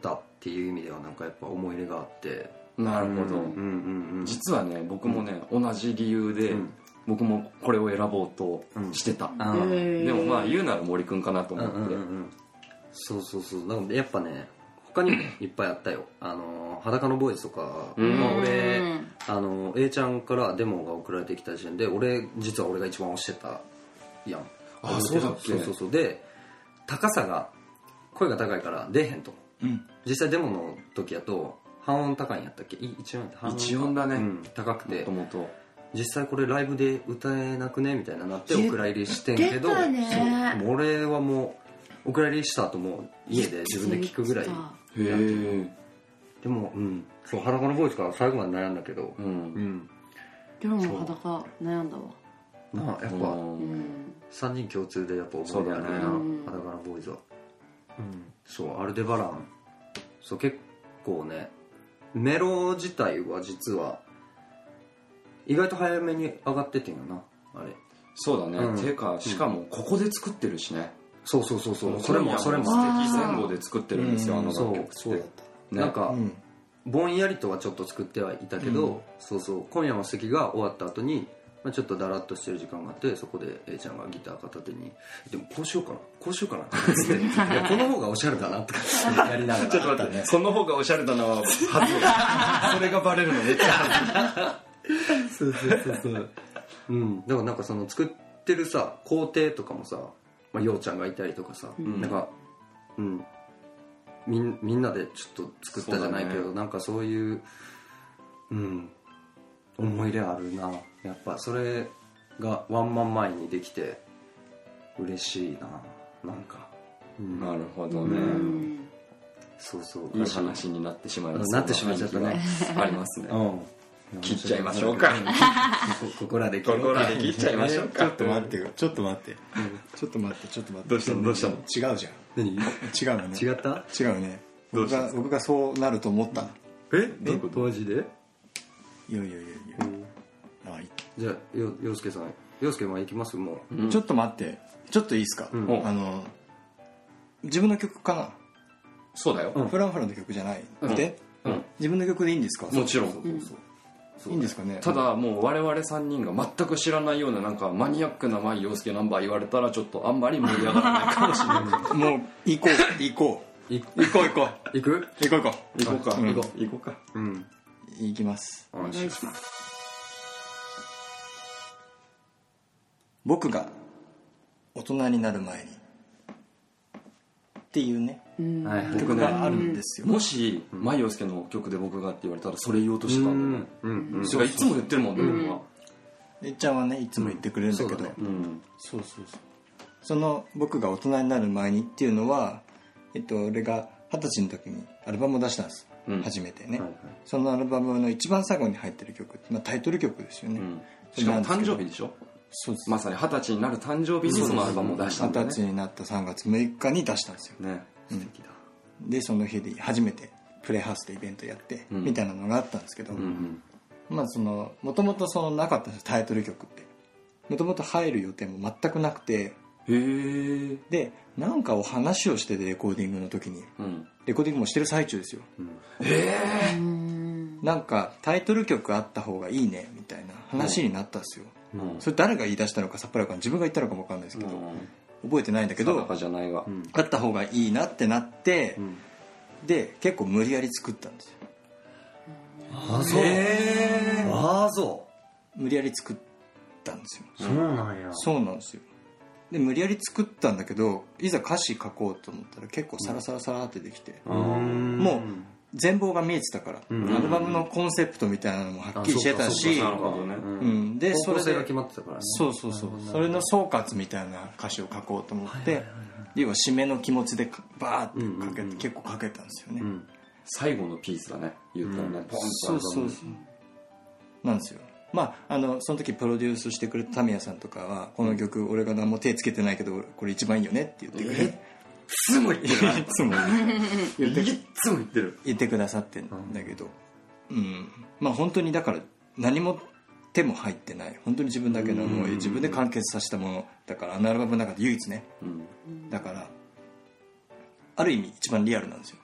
S4: たっっていう意味ではなんかやっぱ思い入れがあって
S3: なるほど、
S4: うんうんうん
S3: 実はね僕もね、同じ理由で、
S4: うん
S3: 僕もこれを選ぼうとしてた、
S4: あー
S3: でもまあ言うなら森くんかなと思って、
S4: うんうんうんうんそうそうそうなのでやっぱね他にもねいっぱいあったよあのー裸のボーイズとか、まあ、俺あのー A ちゃんからデモが送られてきた時点で俺実は俺が一番推してたやん
S3: あそうだっけ
S4: そうそうそうで高さが声が高いから出えへんと
S6: うん
S4: 実際デモの時やと半音高いんやったっけい一音半音か
S3: 一音だね
S4: うん高く
S3: も
S4: て
S3: ともと
S4: 実際これライブで歌えなくねみたいななって
S2: 言っ
S4: お蔵入りしてんけど
S2: 言ってたね
S4: そうもう俺はもうお蔵入りした後も家で自分で聞くぐらい
S3: へえ
S4: でもうんそう裸のボイスから最後まで悩んだけど
S3: う
S4: うんん
S2: 今日も裸悩んだわ
S4: なあやっぱ
S2: うん
S4: 3人共通でやっぱ思いがあるな、
S3: そうだ
S2: ねうん
S4: 裸のボーイズは、そうアルデバランそう結構ねメロ自体は実は意外と早めに上がっててんよなあれ
S3: そうだね、
S4: うん
S3: ていうかしかもここで作ってるしね、
S4: そうそうそうそうそれもそれも
S3: 素敵戦後で作ってるんですよあの楽曲って
S4: そう
S3: ね
S4: なんか、
S6: うん
S4: ぼんやりとはちょっと作ってはいたけど、そうそう今夜の席が終わった後にまあちょっとだらっとしてる時間があってそこで A ちゃんがギター片手に「でもこうしようかなこうしようかな」って言って いやこの方がおしゃれだな」とかやりながら
S3: ちょっと待って、その方がおしゃれだなはずそれがバレるのめっちゃ恥ずい
S4: そうそうそうそううんだからなんかその作ってるさ工程とかもさ、まあ、ようちゃんがいたりとかさ、
S3: ん
S4: なんかうんみんみんなでちょっと作ったじゃないけ
S3: そう
S4: ど、
S3: だね
S4: なんかそういううん思い入れあるなやっぱそれがワンマン前にできて嬉しいななんか、うん
S3: なるほど
S2: う
S3: ね、
S2: ん
S4: そうそう
S3: いい話になってしまいます
S4: なってしまっちゃったね
S3: ありますね
S4: うん
S3: 切っちゃいましょうか
S4: こここらで切
S3: こ
S4: ろうか
S3: こらで切っちゃいましょう
S6: ちょ
S3: か
S6: っと待ってよちょっと待ってちょっと待ってちょっと待って
S3: どうしたのどうしたの
S6: 違うじ
S4: 何
S6: ゃん違うのね
S4: 違った
S6: 違うね僕が僕がそうなると思った
S4: えどういうことマジで
S6: いやいやいやいやあい
S4: じゃあよ洋介さん洋介まあ行きますもう
S6: ちょっと待ってちょっといいですか、
S3: ん
S6: あの自分の曲か
S3: そうだよ、
S6: な、フランフランの曲じゃない、で、
S3: うん
S6: 自分の曲でいいんですか
S3: もちろん
S6: いいんですかね
S3: ただもう我々3人が全く知らないようななんかマニアックな舞陽介ナンバー言われたらちょっとあんまり盛り上がらないかもしれない
S6: もう行こう行こう行こう行こう
S4: 行く
S6: 行こう行こう
S3: 行こうか、
S6: うん
S3: 行こう行こうか
S4: うん
S6: 行きます
S4: お願いします
S6: 僕が大人になる前にっていうね
S4: はいはい
S3: 僕ね
S6: があるんですよ、
S3: もし舞陽介の曲で僕がって言われたらそれ言おうとして
S4: う
S3: た
S4: ん
S3: んだよね
S4: うんうん
S3: それがいつも言ってるもんね僕は
S6: でっちゃんはねいつも言ってくれるんだけど、
S4: そうだね
S3: うん
S6: そうそうそうその僕が大人になる前にっていうのはえっと俺が二十歳の時にアルバムを出したんです、
S3: うん
S6: 初めてね、
S4: はいはい
S6: そのアルバムの一番最後に入ってる曲、まあ、タイトル曲ですよね、
S3: うんしかも誕生日でしょ
S6: そうです
S3: まさに二十歳になる誕生日にそのアルバムを出したんだ
S6: 二
S3: ね
S6: 十歳になった3月6日に出したんですよ
S3: ね
S6: うん
S3: 素敵だ
S6: でその日で初めてプレイハウスでイベントやって、
S3: うん
S6: みたいなのがあったんですけど、
S3: うん
S6: まあそのもともとそのなかったんですタイトル曲ってもともと入る予定も全くなくて
S3: うんへえ
S6: でなんかお話をしててレコーディングの時に
S3: うん
S6: レコーディングもしてる最中ですよなんかタイトル曲あった方がいいねみたいな話になったんですよ、
S3: うん
S6: それ誰が言い出したのかさっぱりわかんない自分が言ったのかもわかんないですけど、覚えてないんだけど
S3: 定かじゃないが
S6: あった方がいいなってなって、で結構無理やり作ったんですよ
S4: ああそうああそ
S6: 無理やり作ったんですよ
S4: うそうなんや
S6: そうなんですよで無理やり作ったんだけどいざ歌詞書こうと思ったら結構サラサラサラってできて、もう全貌が見えてたから、
S4: ん
S6: アルバムのコンセプトみたいなのもはっきりしてたし
S4: あそうかそうか
S3: なるほどね
S4: う
S6: うんん、でそ
S4: 方向
S6: れ
S4: 性が
S6: で
S4: 決まってたからね
S6: そうそうそうそれの総括みたいな歌詞を書こうと思って、要は締めの気持ちでかバーって書け、結構書けたんですよね、
S3: 最後のピースだね言ったらねポンと
S6: そうそうそうなんですよまああのその時プロデュースしてくれたタミヤさんとかはこの曲俺が何も手つけてないけどこれ一番いいよねって言ってくれて
S3: いつも言ってる
S6: いつも言って
S3: いつも言ってる
S6: 言ってくださってんだけどうんまあ本当にだから何も手も入ってない本当に自分だけの思い自分で完結させたものだからあのアルバムの中で唯一ね
S3: うん
S6: だからある意味一番リアルなんですよ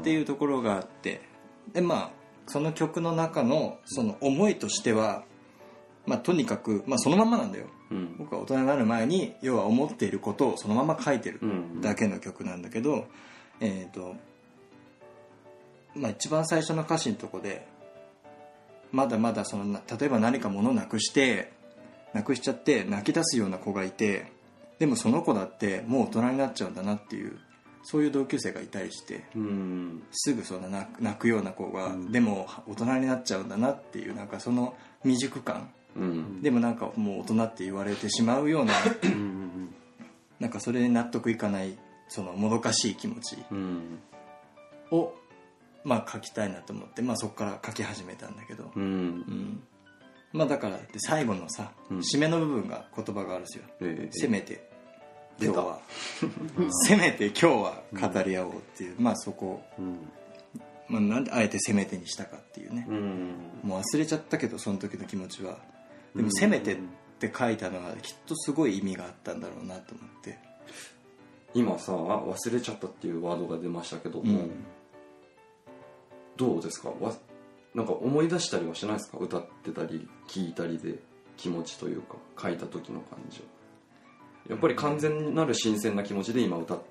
S6: っていうところがあってでまあその曲の中のその思いとしては、まあ、とにかく、まあ、そのまんまなんだよ、
S3: うん
S6: 僕は大人になる前に要は思っていることをそのまま書いてる
S3: うん
S6: だけの曲なんだけど、えっ、と、まあ、一番最初の歌詞のとこでまだまだそのな例えば何か物をなくしてなくしちゃって泣き出すような子がいてでもその子だってもう大人になっちゃうんだなっていうそういう同級生がいたりして。
S3: うん
S6: すぐそんな泣く泣くような子が、でも大人になっちゃうんだなっていうなんかその未熟感、
S3: うん
S6: でもなんかもう大人って言われてしまうようななんかそれに納得いかないそのもどかしい気持ち
S3: うん
S6: を、まあ、書きたいなと思って、まあ、そこから書き始めたんだけど、う
S3: う
S6: んんまあ、だからで最後のさ、
S3: うん
S6: 締めの部分が言葉があるんですよ
S3: ええ
S6: せめて今日 はせめて今日は語り合おうっていう、まあそこ
S3: うん
S6: まあ、なんであえてせめてにしたかっていうね
S3: う、ん
S6: もう忘れちゃったけどその時の気持ちはでも「せめて」って書いたのはきっとすごい意味があったんだろうなと思って
S3: 今さ忘れちゃったっていうワードが出ましたけども、
S6: うん
S3: どうですかわなんか思い出したりはしないですか歌ってたり聞いたりで気持ちというか書いた時の感じをやっぱり完全なる新鮮な気持ちで今歌っ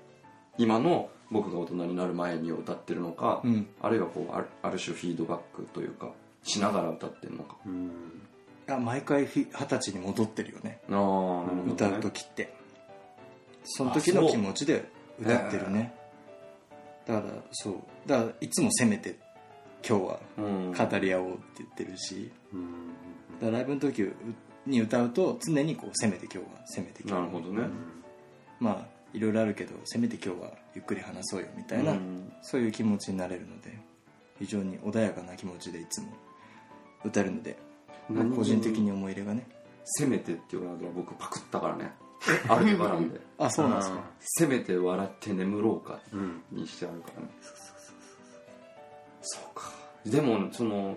S3: 今の僕が大人になる前に歌ってるのか、
S6: うん
S3: あるいはこうあるある種フィードバックというかしながら歌ってるのか、
S6: あ毎回ひ二十歳に戻ってるよね
S3: ああなるほ
S6: 歌
S3: ど、ね、
S6: う時ってその時の気持ちで歌ってるねだからそうだからいつも「せめて今日
S3: うん
S6: は語り合おう」って言ってるし、だからライブの時うに歌うと常にこう「せめて今日はせめて今日
S3: な
S6: は」
S3: るほどね、
S6: まあいろいろあるけどせめて今日はゆっくり話そうよみたいな、
S3: うん
S6: そういう気持ちになれるので非常に穏やかな気持ちでいつも歌えるので、まあ
S3: 何
S6: 個人的に思い入れがね
S3: せめてっていうワードは僕パクったからねアルデバランで
S6: あそうなんですか
S3: せめて笑って眠ろうかにしてあるからね、そうかでもその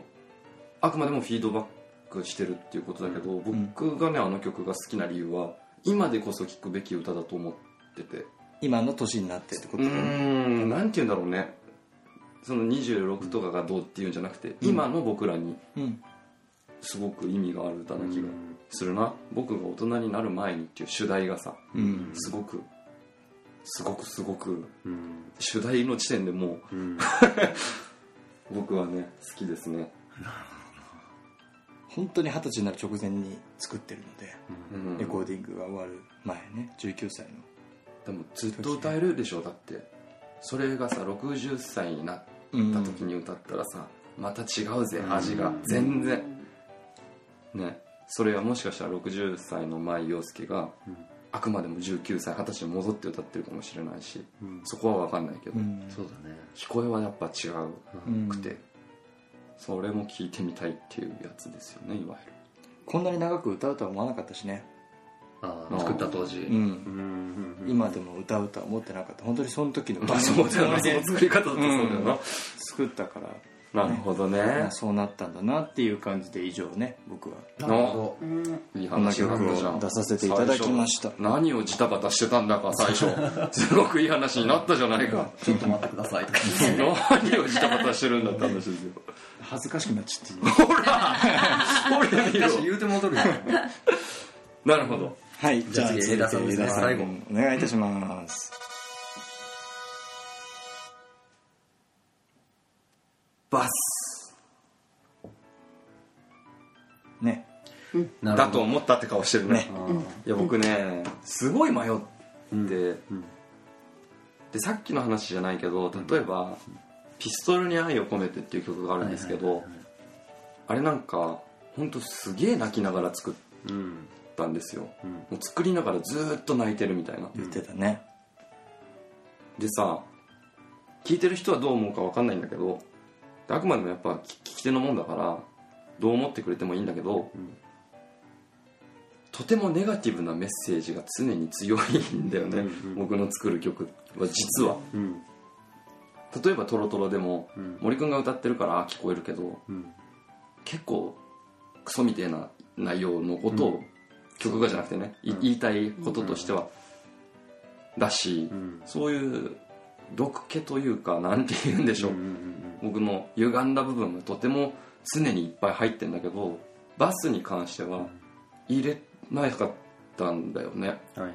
S3: あくまでもフィードバックしてるっていうことだけど、僕がねあの曲が好きな理由は今でこそ聴くべき歌だと思ってて
S6: 今の年になってってこ
S3: う
S6: とかな
S3: ーんなんて言うんだろうねその26とかがどうっていうんじゃなくて、今の僕らに
S6: うん
S3: すごく意味がある歌な気がするな、僕が大人になる前にっていう主題がさ、
S6: うん
S3: すごくすごくすごく、主題の時点でもう、 僕はね好きですね
S6: 本当に二十歳になる直前に作ってるので、
S3: うん
S6: レコーディングが終わる前ね19歳の
S3: でもずっと歌えるでしょだってそれがさ60歳になっ
S6: うん
S3: た時に歌ったらさ、また違うぜ味が全然、ねそれはもしかしたら60歳の前陽介が、あくまでも19歳二十歳に戻って歌ってるかもしれないし、そこは分かんないけど、
S6: うん
S4: そうだね
S3: 聞こえはやっぱ違うくて、
S6: う
S3: それも聞いてみたいっていうやつですよねいわ ゆる
S6: こんなに長く歌うとは思わなかったしね、
S4: あー作った当時
S6: うん今でも歌うとは思ってなかった本当にその時の歌の
S3: その作り方だとそうだよな、
S6: 作ったから
S3: なるほどね
S6: そうなったんだなっていう感じで以上ね僕は
S4: なるほ
S3: いい
S6: こんな
S3: 話にな
S6: 曲
S3: ったじゃ
S6: を
S3: ん
S6: 出させていただきました
S3: 最初何をジタバタしてたんだか最 初すごくいい話になったじゃないか
S4: どちょっと待ってくだ さいとか
S3: 何をジタバタしてるんだって 話ですよ
S6: 恥ずかしくなっちゃって
S3: ほら見ろ
S4: 言うて戻る よ
S3: なるほど
S6: はいじゃあ
S4: じゃあ
S6: 続い
S4: 次
S6: て
S4: 江田さんですね
S6: 江田さん
S4: 最後
S6: お願いいたします
S3: バス
S6: ね
S3: だと思ったって顔してるねいや僕ねすごい迷って、でさっきの話じゃないけど例えば「ピストルに愛を込めて」っていう曲があるんですけどあれなんか本当すげえ泣きながら作ったんですよ、もう作りながらずーっと泣いてるみたいな、
S6: 言ってたね
S3: でさ聞いてる人はどう思うか分かんないんだけどであくまでもやっぱ聞聞き手のもんだからどう思ってくれてもいいんだけど、とてもネガティブなメッセージが常に強いんだよね、僕の作る曲は実は、例えば「トロトロ」でも、森くんが歌ってるからあ聞こえるけど、結構クソみたいな内容のことを、曲がじゃなくてね、い言いたいこととしては、だし、そういう毒気というかなんて言うんでしょう、僕の歪んだ部分がとても常にいっぱい入ってんだけどバスに関しては入れなかったんだよね
S4: はいはいはい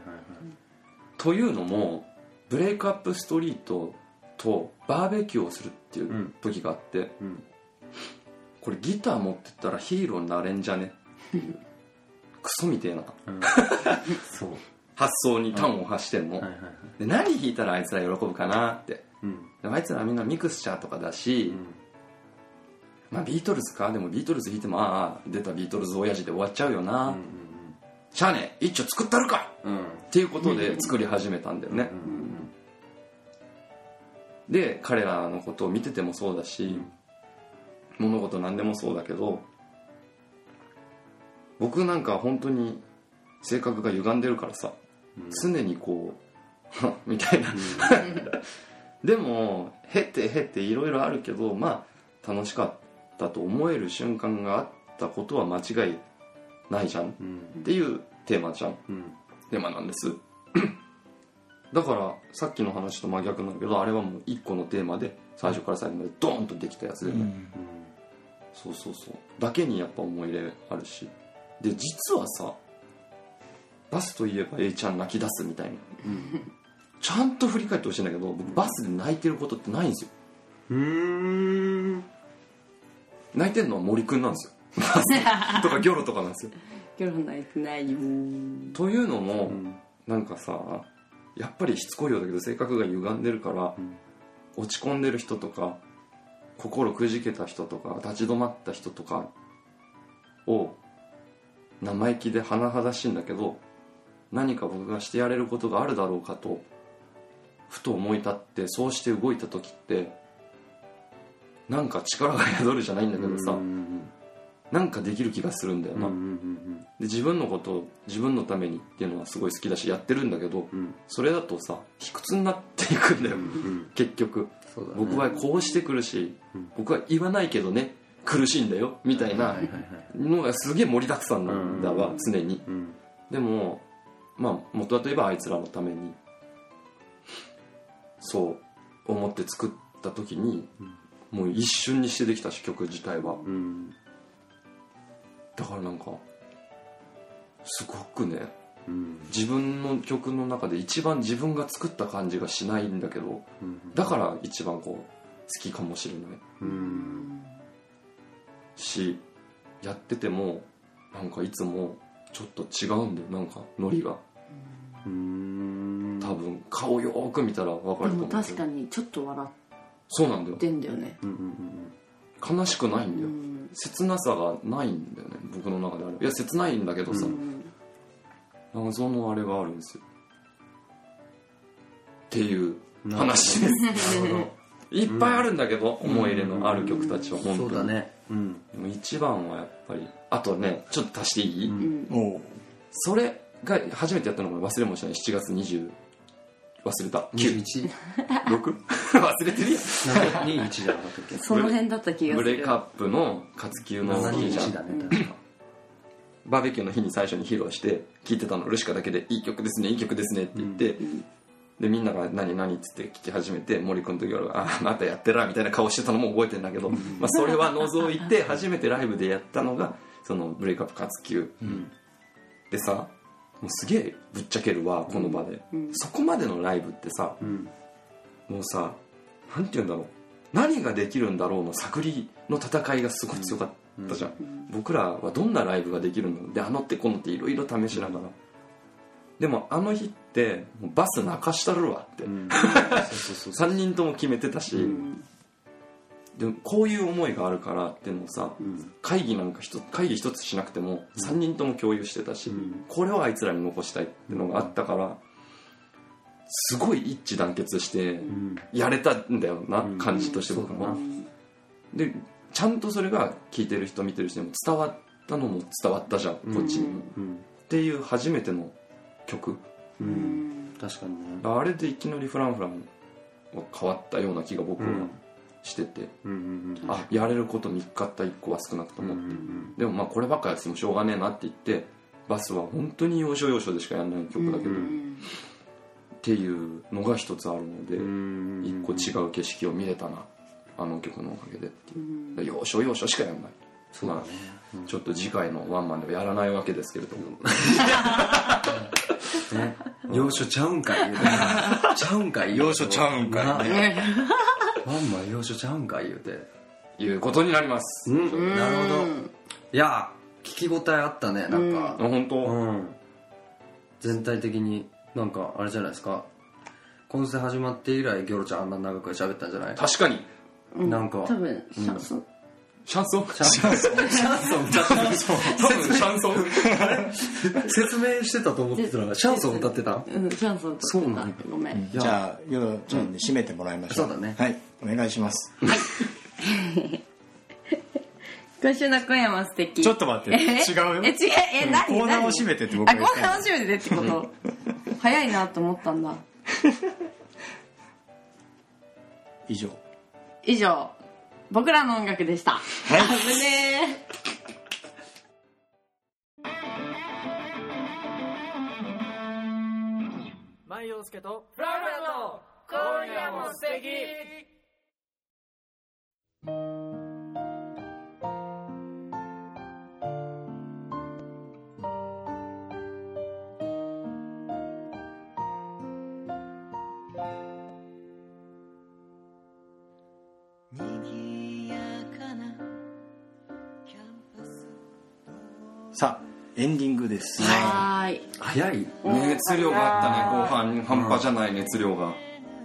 S3: というのもブレイクアップストリートとバーベキューをするっていう時があって、
S4: うん
S3: これギター持ってったらヒーローになれんじゃね クソみてえな
S4: そう
S3: 発想に端を発してんの、
S4: はいはいはい
S3: で何弾いたらあいつら喜ぶかなって
S4: うん
S3: であいつらみんなミクスチャーとかだし、まあ、ビートルズかでもビートルズ弾いてもああ出たビートルズ親父で終わっちゃうよな、しゃあねえ一丁作ったるか
S4: うんうん
S3: っていうことで作り始めたんだよね、で彼らのことを見ててもそうだし、物事何でもそうだけど僕なんか本当に性格が歪んでるからさ、常にこう みたいな、でもへってへっていろいろあるけどまあ楽しかったと思える瞬間があったことは間違いないじゃん、っていうテーマじゃん、テーマなんです だからさっきの話と真逆なんだけどあれはもう一個のテーマで最初から最後までドーンとできたやつで、そうそうそうだけにやっぱ思い入れあるしで実はさバスといえば A ちゃん泣き出すみたいな、ちゃんと振り返ってほしいんだけど僕バスで泣いてることってないんですよ
S4: うん
S3: 泣いてるのは森くんなんですよとかギョロとかなん ですよ
S2: 今日泣いてないよ
S3: というのも、なんかさやっぱりしつこいようだけど性格が歪んでるから、落ち込んでる人とか心くじけた人とか立ち止まった人とかを生意気で甚だしいんだけど何か僕がしてやれることがあるだろうかとふと思い立ってそうして動いた時ってなんか力が宿るじゃないんだけどさ、なんかできる気がするんだよな、で自分のことを自分のためにっていうのはすごい好きだしやってるんだけど、それだとさ卑屈になっていくんだよ、結局、
S4: そうだね
S3: 僕はこうしてくるし、僕は言わないけどね苦しいんだよみたいなのがすげえ盛りだくさんなんだわ、常に、でもまあ元はといえばあいつらのためにそう思って作った時に、もう一瞬にしてできたし曲自体は、
S4: うん
S3: だからなんかすごくね
S4: うん
S3: 自分の曲の中で一番自分が作った感じがしないんだけどだから一番こう好きかもしれない
S4: うん
S3: しやっててもなんかいつもちょっと違うんだよなんかノリが
S4: うん
S3: 多分顔よーく見たら分かる
S2: で
S3: と思
S2: も
S3: うけど
S2: 確かにちょっと笑
S3: そうなんだよ
S2: ってんだよね
S3: 悲しくないんだ
S2: う
S3: よ、
S2: ん
S3: 切なさがないんだよね僕の中であれいや切ないんだけどさ、謎のあれがあるんですよっていう話です いっぱいあるんだけど、思い入れのある曲たちは本当に、
S4: そうだねうん
S3: でも一番はやっぱりあとねちょっと足していい、
S6: おう
S3: それが初めてやったのが忘れもしない7月20忘れ た9
S4: 21
S3: 6 忘れてるやん
S4: なんか21じゃなかったっけ
S2: その辺だった気が
S3: ブ
S2: する
S3: レイクアップの活休の日じゃん
S4: 21だね確か
S3: バーベキューの日に最初に披露して聴いてたのルシカだけで「いい曲ですねいい曲ですね」って言って、でみんなが「何何?」っつって聴き始めて森君と夜が「あーまたやってら」みたいな顔してたのも覚えてんだけど、まあ、それは除いて初めてライブでやったのがそのブレイクアップ活休、でさもうすげえぶっちゃけるわこの場で、そこまでのライブってさ、もうさなんて言うんだろう何ができるんだろうの探りの戦いがすごい強かったじゃん、僕らはどんなライブができるのであの手この手いろいろ試しながら、でもあの日ってもうバス泣かしたるわって、3人とも決めてたし、でもこういう思いがあるからっていうのをさ、会議なんか一つ会議一つしなくても3人とも共有してたし、これはあいつらに残したいっていうのがあったから、すごい一致団結してやれたんだよな、感じとして僕も、でちゃんとそれが聞いてる人見てる人にも伝わったのも伝わったじゃんこっちにも、っていう初めての曲
S4: 確かにね
S3: あれでいきなりフランフランは変わったような気が僕はしてて、
S4: うんうん
S3: あやれること3日った1個は少なくともって、でもまあこればっかやってもしょうがねえなって言ってバスは本当に要所要所でしかやらない曲だけど、っていうのが一つあるので
S4: ん
S3: 一個違う景色を見れたなあの曲のおかげでっていうだから要所要所しかやんないそうだね、まあちょっと次回のワンマンではやらないわけですけれども、
S4: 要所ちゃうんかい言うてちゃうんかい
S6: 要所ちゃうんかい
S4: なワンマン要所ちゃうんかい言うて
S3: いうことになります、
S4: うんなるほどいや聞き応えあったねなんか
S3: あ本当、
S4: うん全体的になんかあれじゃないですか今世始まって以来ギョロちゃんあんな長く喋ったんじゃない
S3: 確かに
S4: なんか
S2: 多分シャンソン
S3: シャンソンシャンソン
S4: シャンソン歌ってた
S3: 多分シャンソン
S4: 説明してたと思ってたらシャンソン歌ってた
S2: うんシャンソン
S4: そうな
S2: だ
S4: ん
S2: ごめん
S6: じゃあヨロちゃんに締めてもらいましょう、
S4: そうだね
S6: はいお願いします
S2: 今週の今夜も素 敵
S6: ちょっと待って
S2: え
S6: 違うよ
S2: え違うえ何
S6: コーナーを
S2: 何
S6: 閉めてって僕
S2: あ
S6: が
S2: コ
S6: 言った
S2: ーナーを閉めてでってこと早いなと思ったんだ
S6: 以上
S2: 以上僕らの音楽でした、はい、危ねえ
S5: マイオスケとフラフラの今夜も素敵
S6: さあエンディングです、
S2: はーい
S4: 早い
S3: 熱量があったね後半半端じゃない熱量が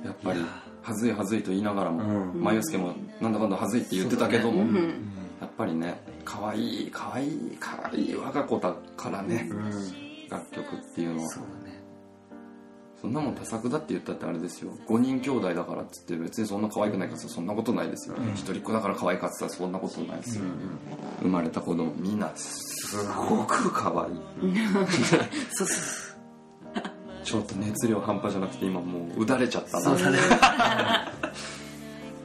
S3: やっぱりはずいはずいと言いながらも
S4: うん
S3: まゆすけもなんだかんだはずいって言ってたけども、
S2: う
S3: や
S2: ん
S3: っぱりね可愛い可愛い可愛い我が子だからね、楽曲っていうのはそんなもん多作だって言ったってあれですよ5人兄弟だからっつって別にそんな可愛くないかつそんなことないですよ、一人っ子だから可愛いかっつったらそんなことないですよ、生まれた子供みんなすごく可愛いちょっと熱量半端じゃなくて今もううだれちゃったな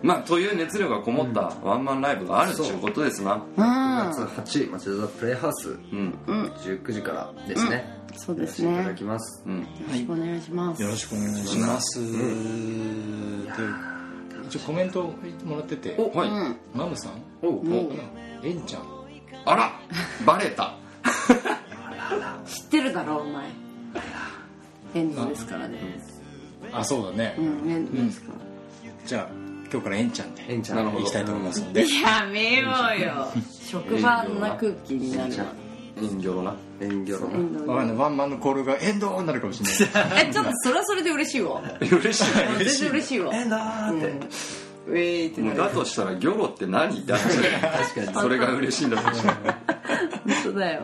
S3: まあという熱量がこもったワンマンライブがあるっていうことですな
S2: うん
S4: 9月8町田プレイハウス
S3: うん
S4: 19時からですね、
S2: そう
S4: や
S2: で
S4: らせ
S2: す
S4: ていただ
S2: ね
S4: きます
S3: うん
S2: よろしくお願いします
S6: よろしくお願いします、という一応コメントをもらってて
S3: おはい、
S2: うん
S6: マムさん
S4: おう
S2: もう
S6: えんちゃん
S3: あらバレた
S2: 知ってるだろお前エンドですからね
S6: あそうだね
S2: うんエンドですか
S6: じゃあ今日からえんちゃんで
S4: えんちゃん
S3: なるほど
S6: 行きたいと思いますので
S2: らやめようよ職場あんな空気になるわ
S3: 遠慮のな
S4: 遠慮
S2: エ
S4: の
S2: ンド
S6: わかんないワンマンのコールが「エンド!」になるかもしれない
S2: えちょっとそれはそれで嬉し いわ
S3: 嬉しい
S2: 全然嬉しいわ
S4: えんだーって、
S2: ウェーってなる
S3: だとしたらギョロって何って話
S4: 確かに
S3: それが嬉しいんだとしたら
S2: 本当だよ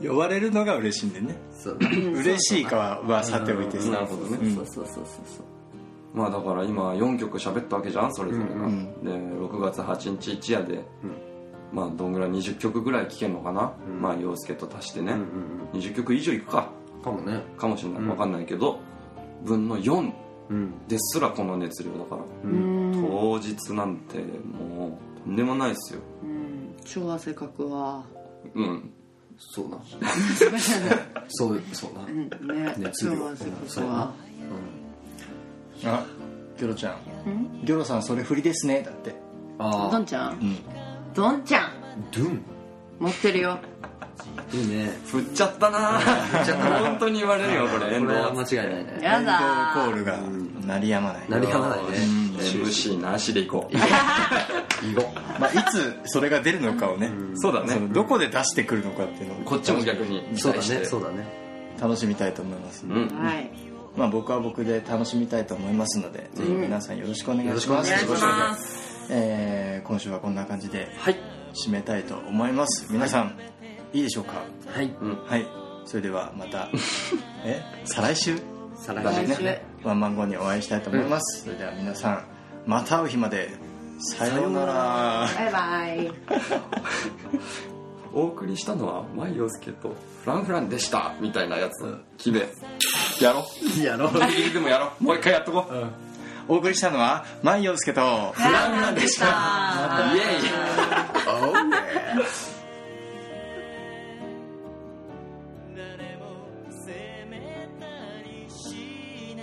S6: 呼ばれるのが嬉しいんでね
S4: そう
S6: 嬉しいかはさておいて
S3: なるほどね
S2: そうそうそうそうそう
S3: まあだから今4曲喋ったわけじゃんそれぞれが、で6月8日一夜で、まあどんぐらい20曲ぐらい聴けるのかな、まあ陽介と足してね、20曲以上いくか
S4: かもね
S3: かもしれないわかんないけど、分の4
S4: うん
S3: ですらこの熱量だから、当日なんてもうとんでもないですよ
S2: うん超汗かくわ
S3: うん
S4: そうなそうそうな
S2: うんね
S4: 熱量
S2: 超汗かくわ
S6: あギョロちゃんギョロさんそれ振りですねだって
S4: あ
S2: ど
S4: あ
S2: んちゃん
S6: ん
S2: どんちゃん
S4: ドゥン
S2: 持ってるよ
S4: いいね
S3: 振っちゃったな
S4: っちゃったな
S3: 本当に言われるよこれ
S4: こ
S3: 遠
S4: れは
S3: 藤
S4: 間違いないね
S2: や
S6: エンドコ
S2: だ
S6: ールが鳴りやまない
S4: 鳴りやまないね
S3: MC なしでいこう
S4: 囲碁
S6: まあ、いつそれが出るのかをね、
S3: そうだね
S6: そのどこで出してくるのかっていうのを
S3: こっちも逆に期
S4: そうだ
S3: 待して
S4: ねそうだね
S6: 楽しみたいと思います、
S3: うん
S2: はい
S6: まあ、僕は僕で楽しみたいと思いますので、ぜひ皆さんよろしくお願いします
S2: お願いしま、す
S6: えー今週はこんな感じで
S4: はい
S6: 締めたいと思います皆さん、い、いでしょうか
S4: はい
S6: はいそれではまたえ再来週
S4: 再来
S2: 来週
S6: ワンマン後にお会いしたいと思います、それでは皆さんまた会う日までさようなら
S2: バイバイ
S3: お送りしたのはマイヨスケとフランフランでしたみたいなやつ決めやろ
S4: 週やろう
S3: ギリギリでもやろもう一回やっとこう、
S6: お送りしたのはマイヨウスケと
S2: フランフランでした
S3: イエイ
S7: 誰も責めたりしない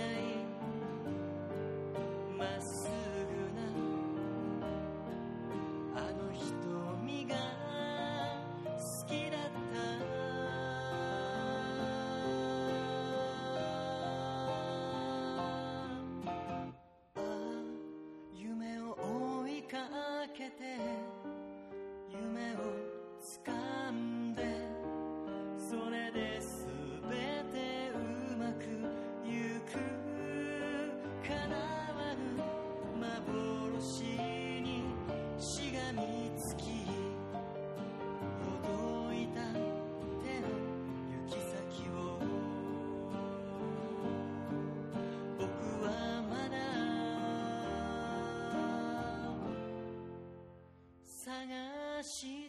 S5: 話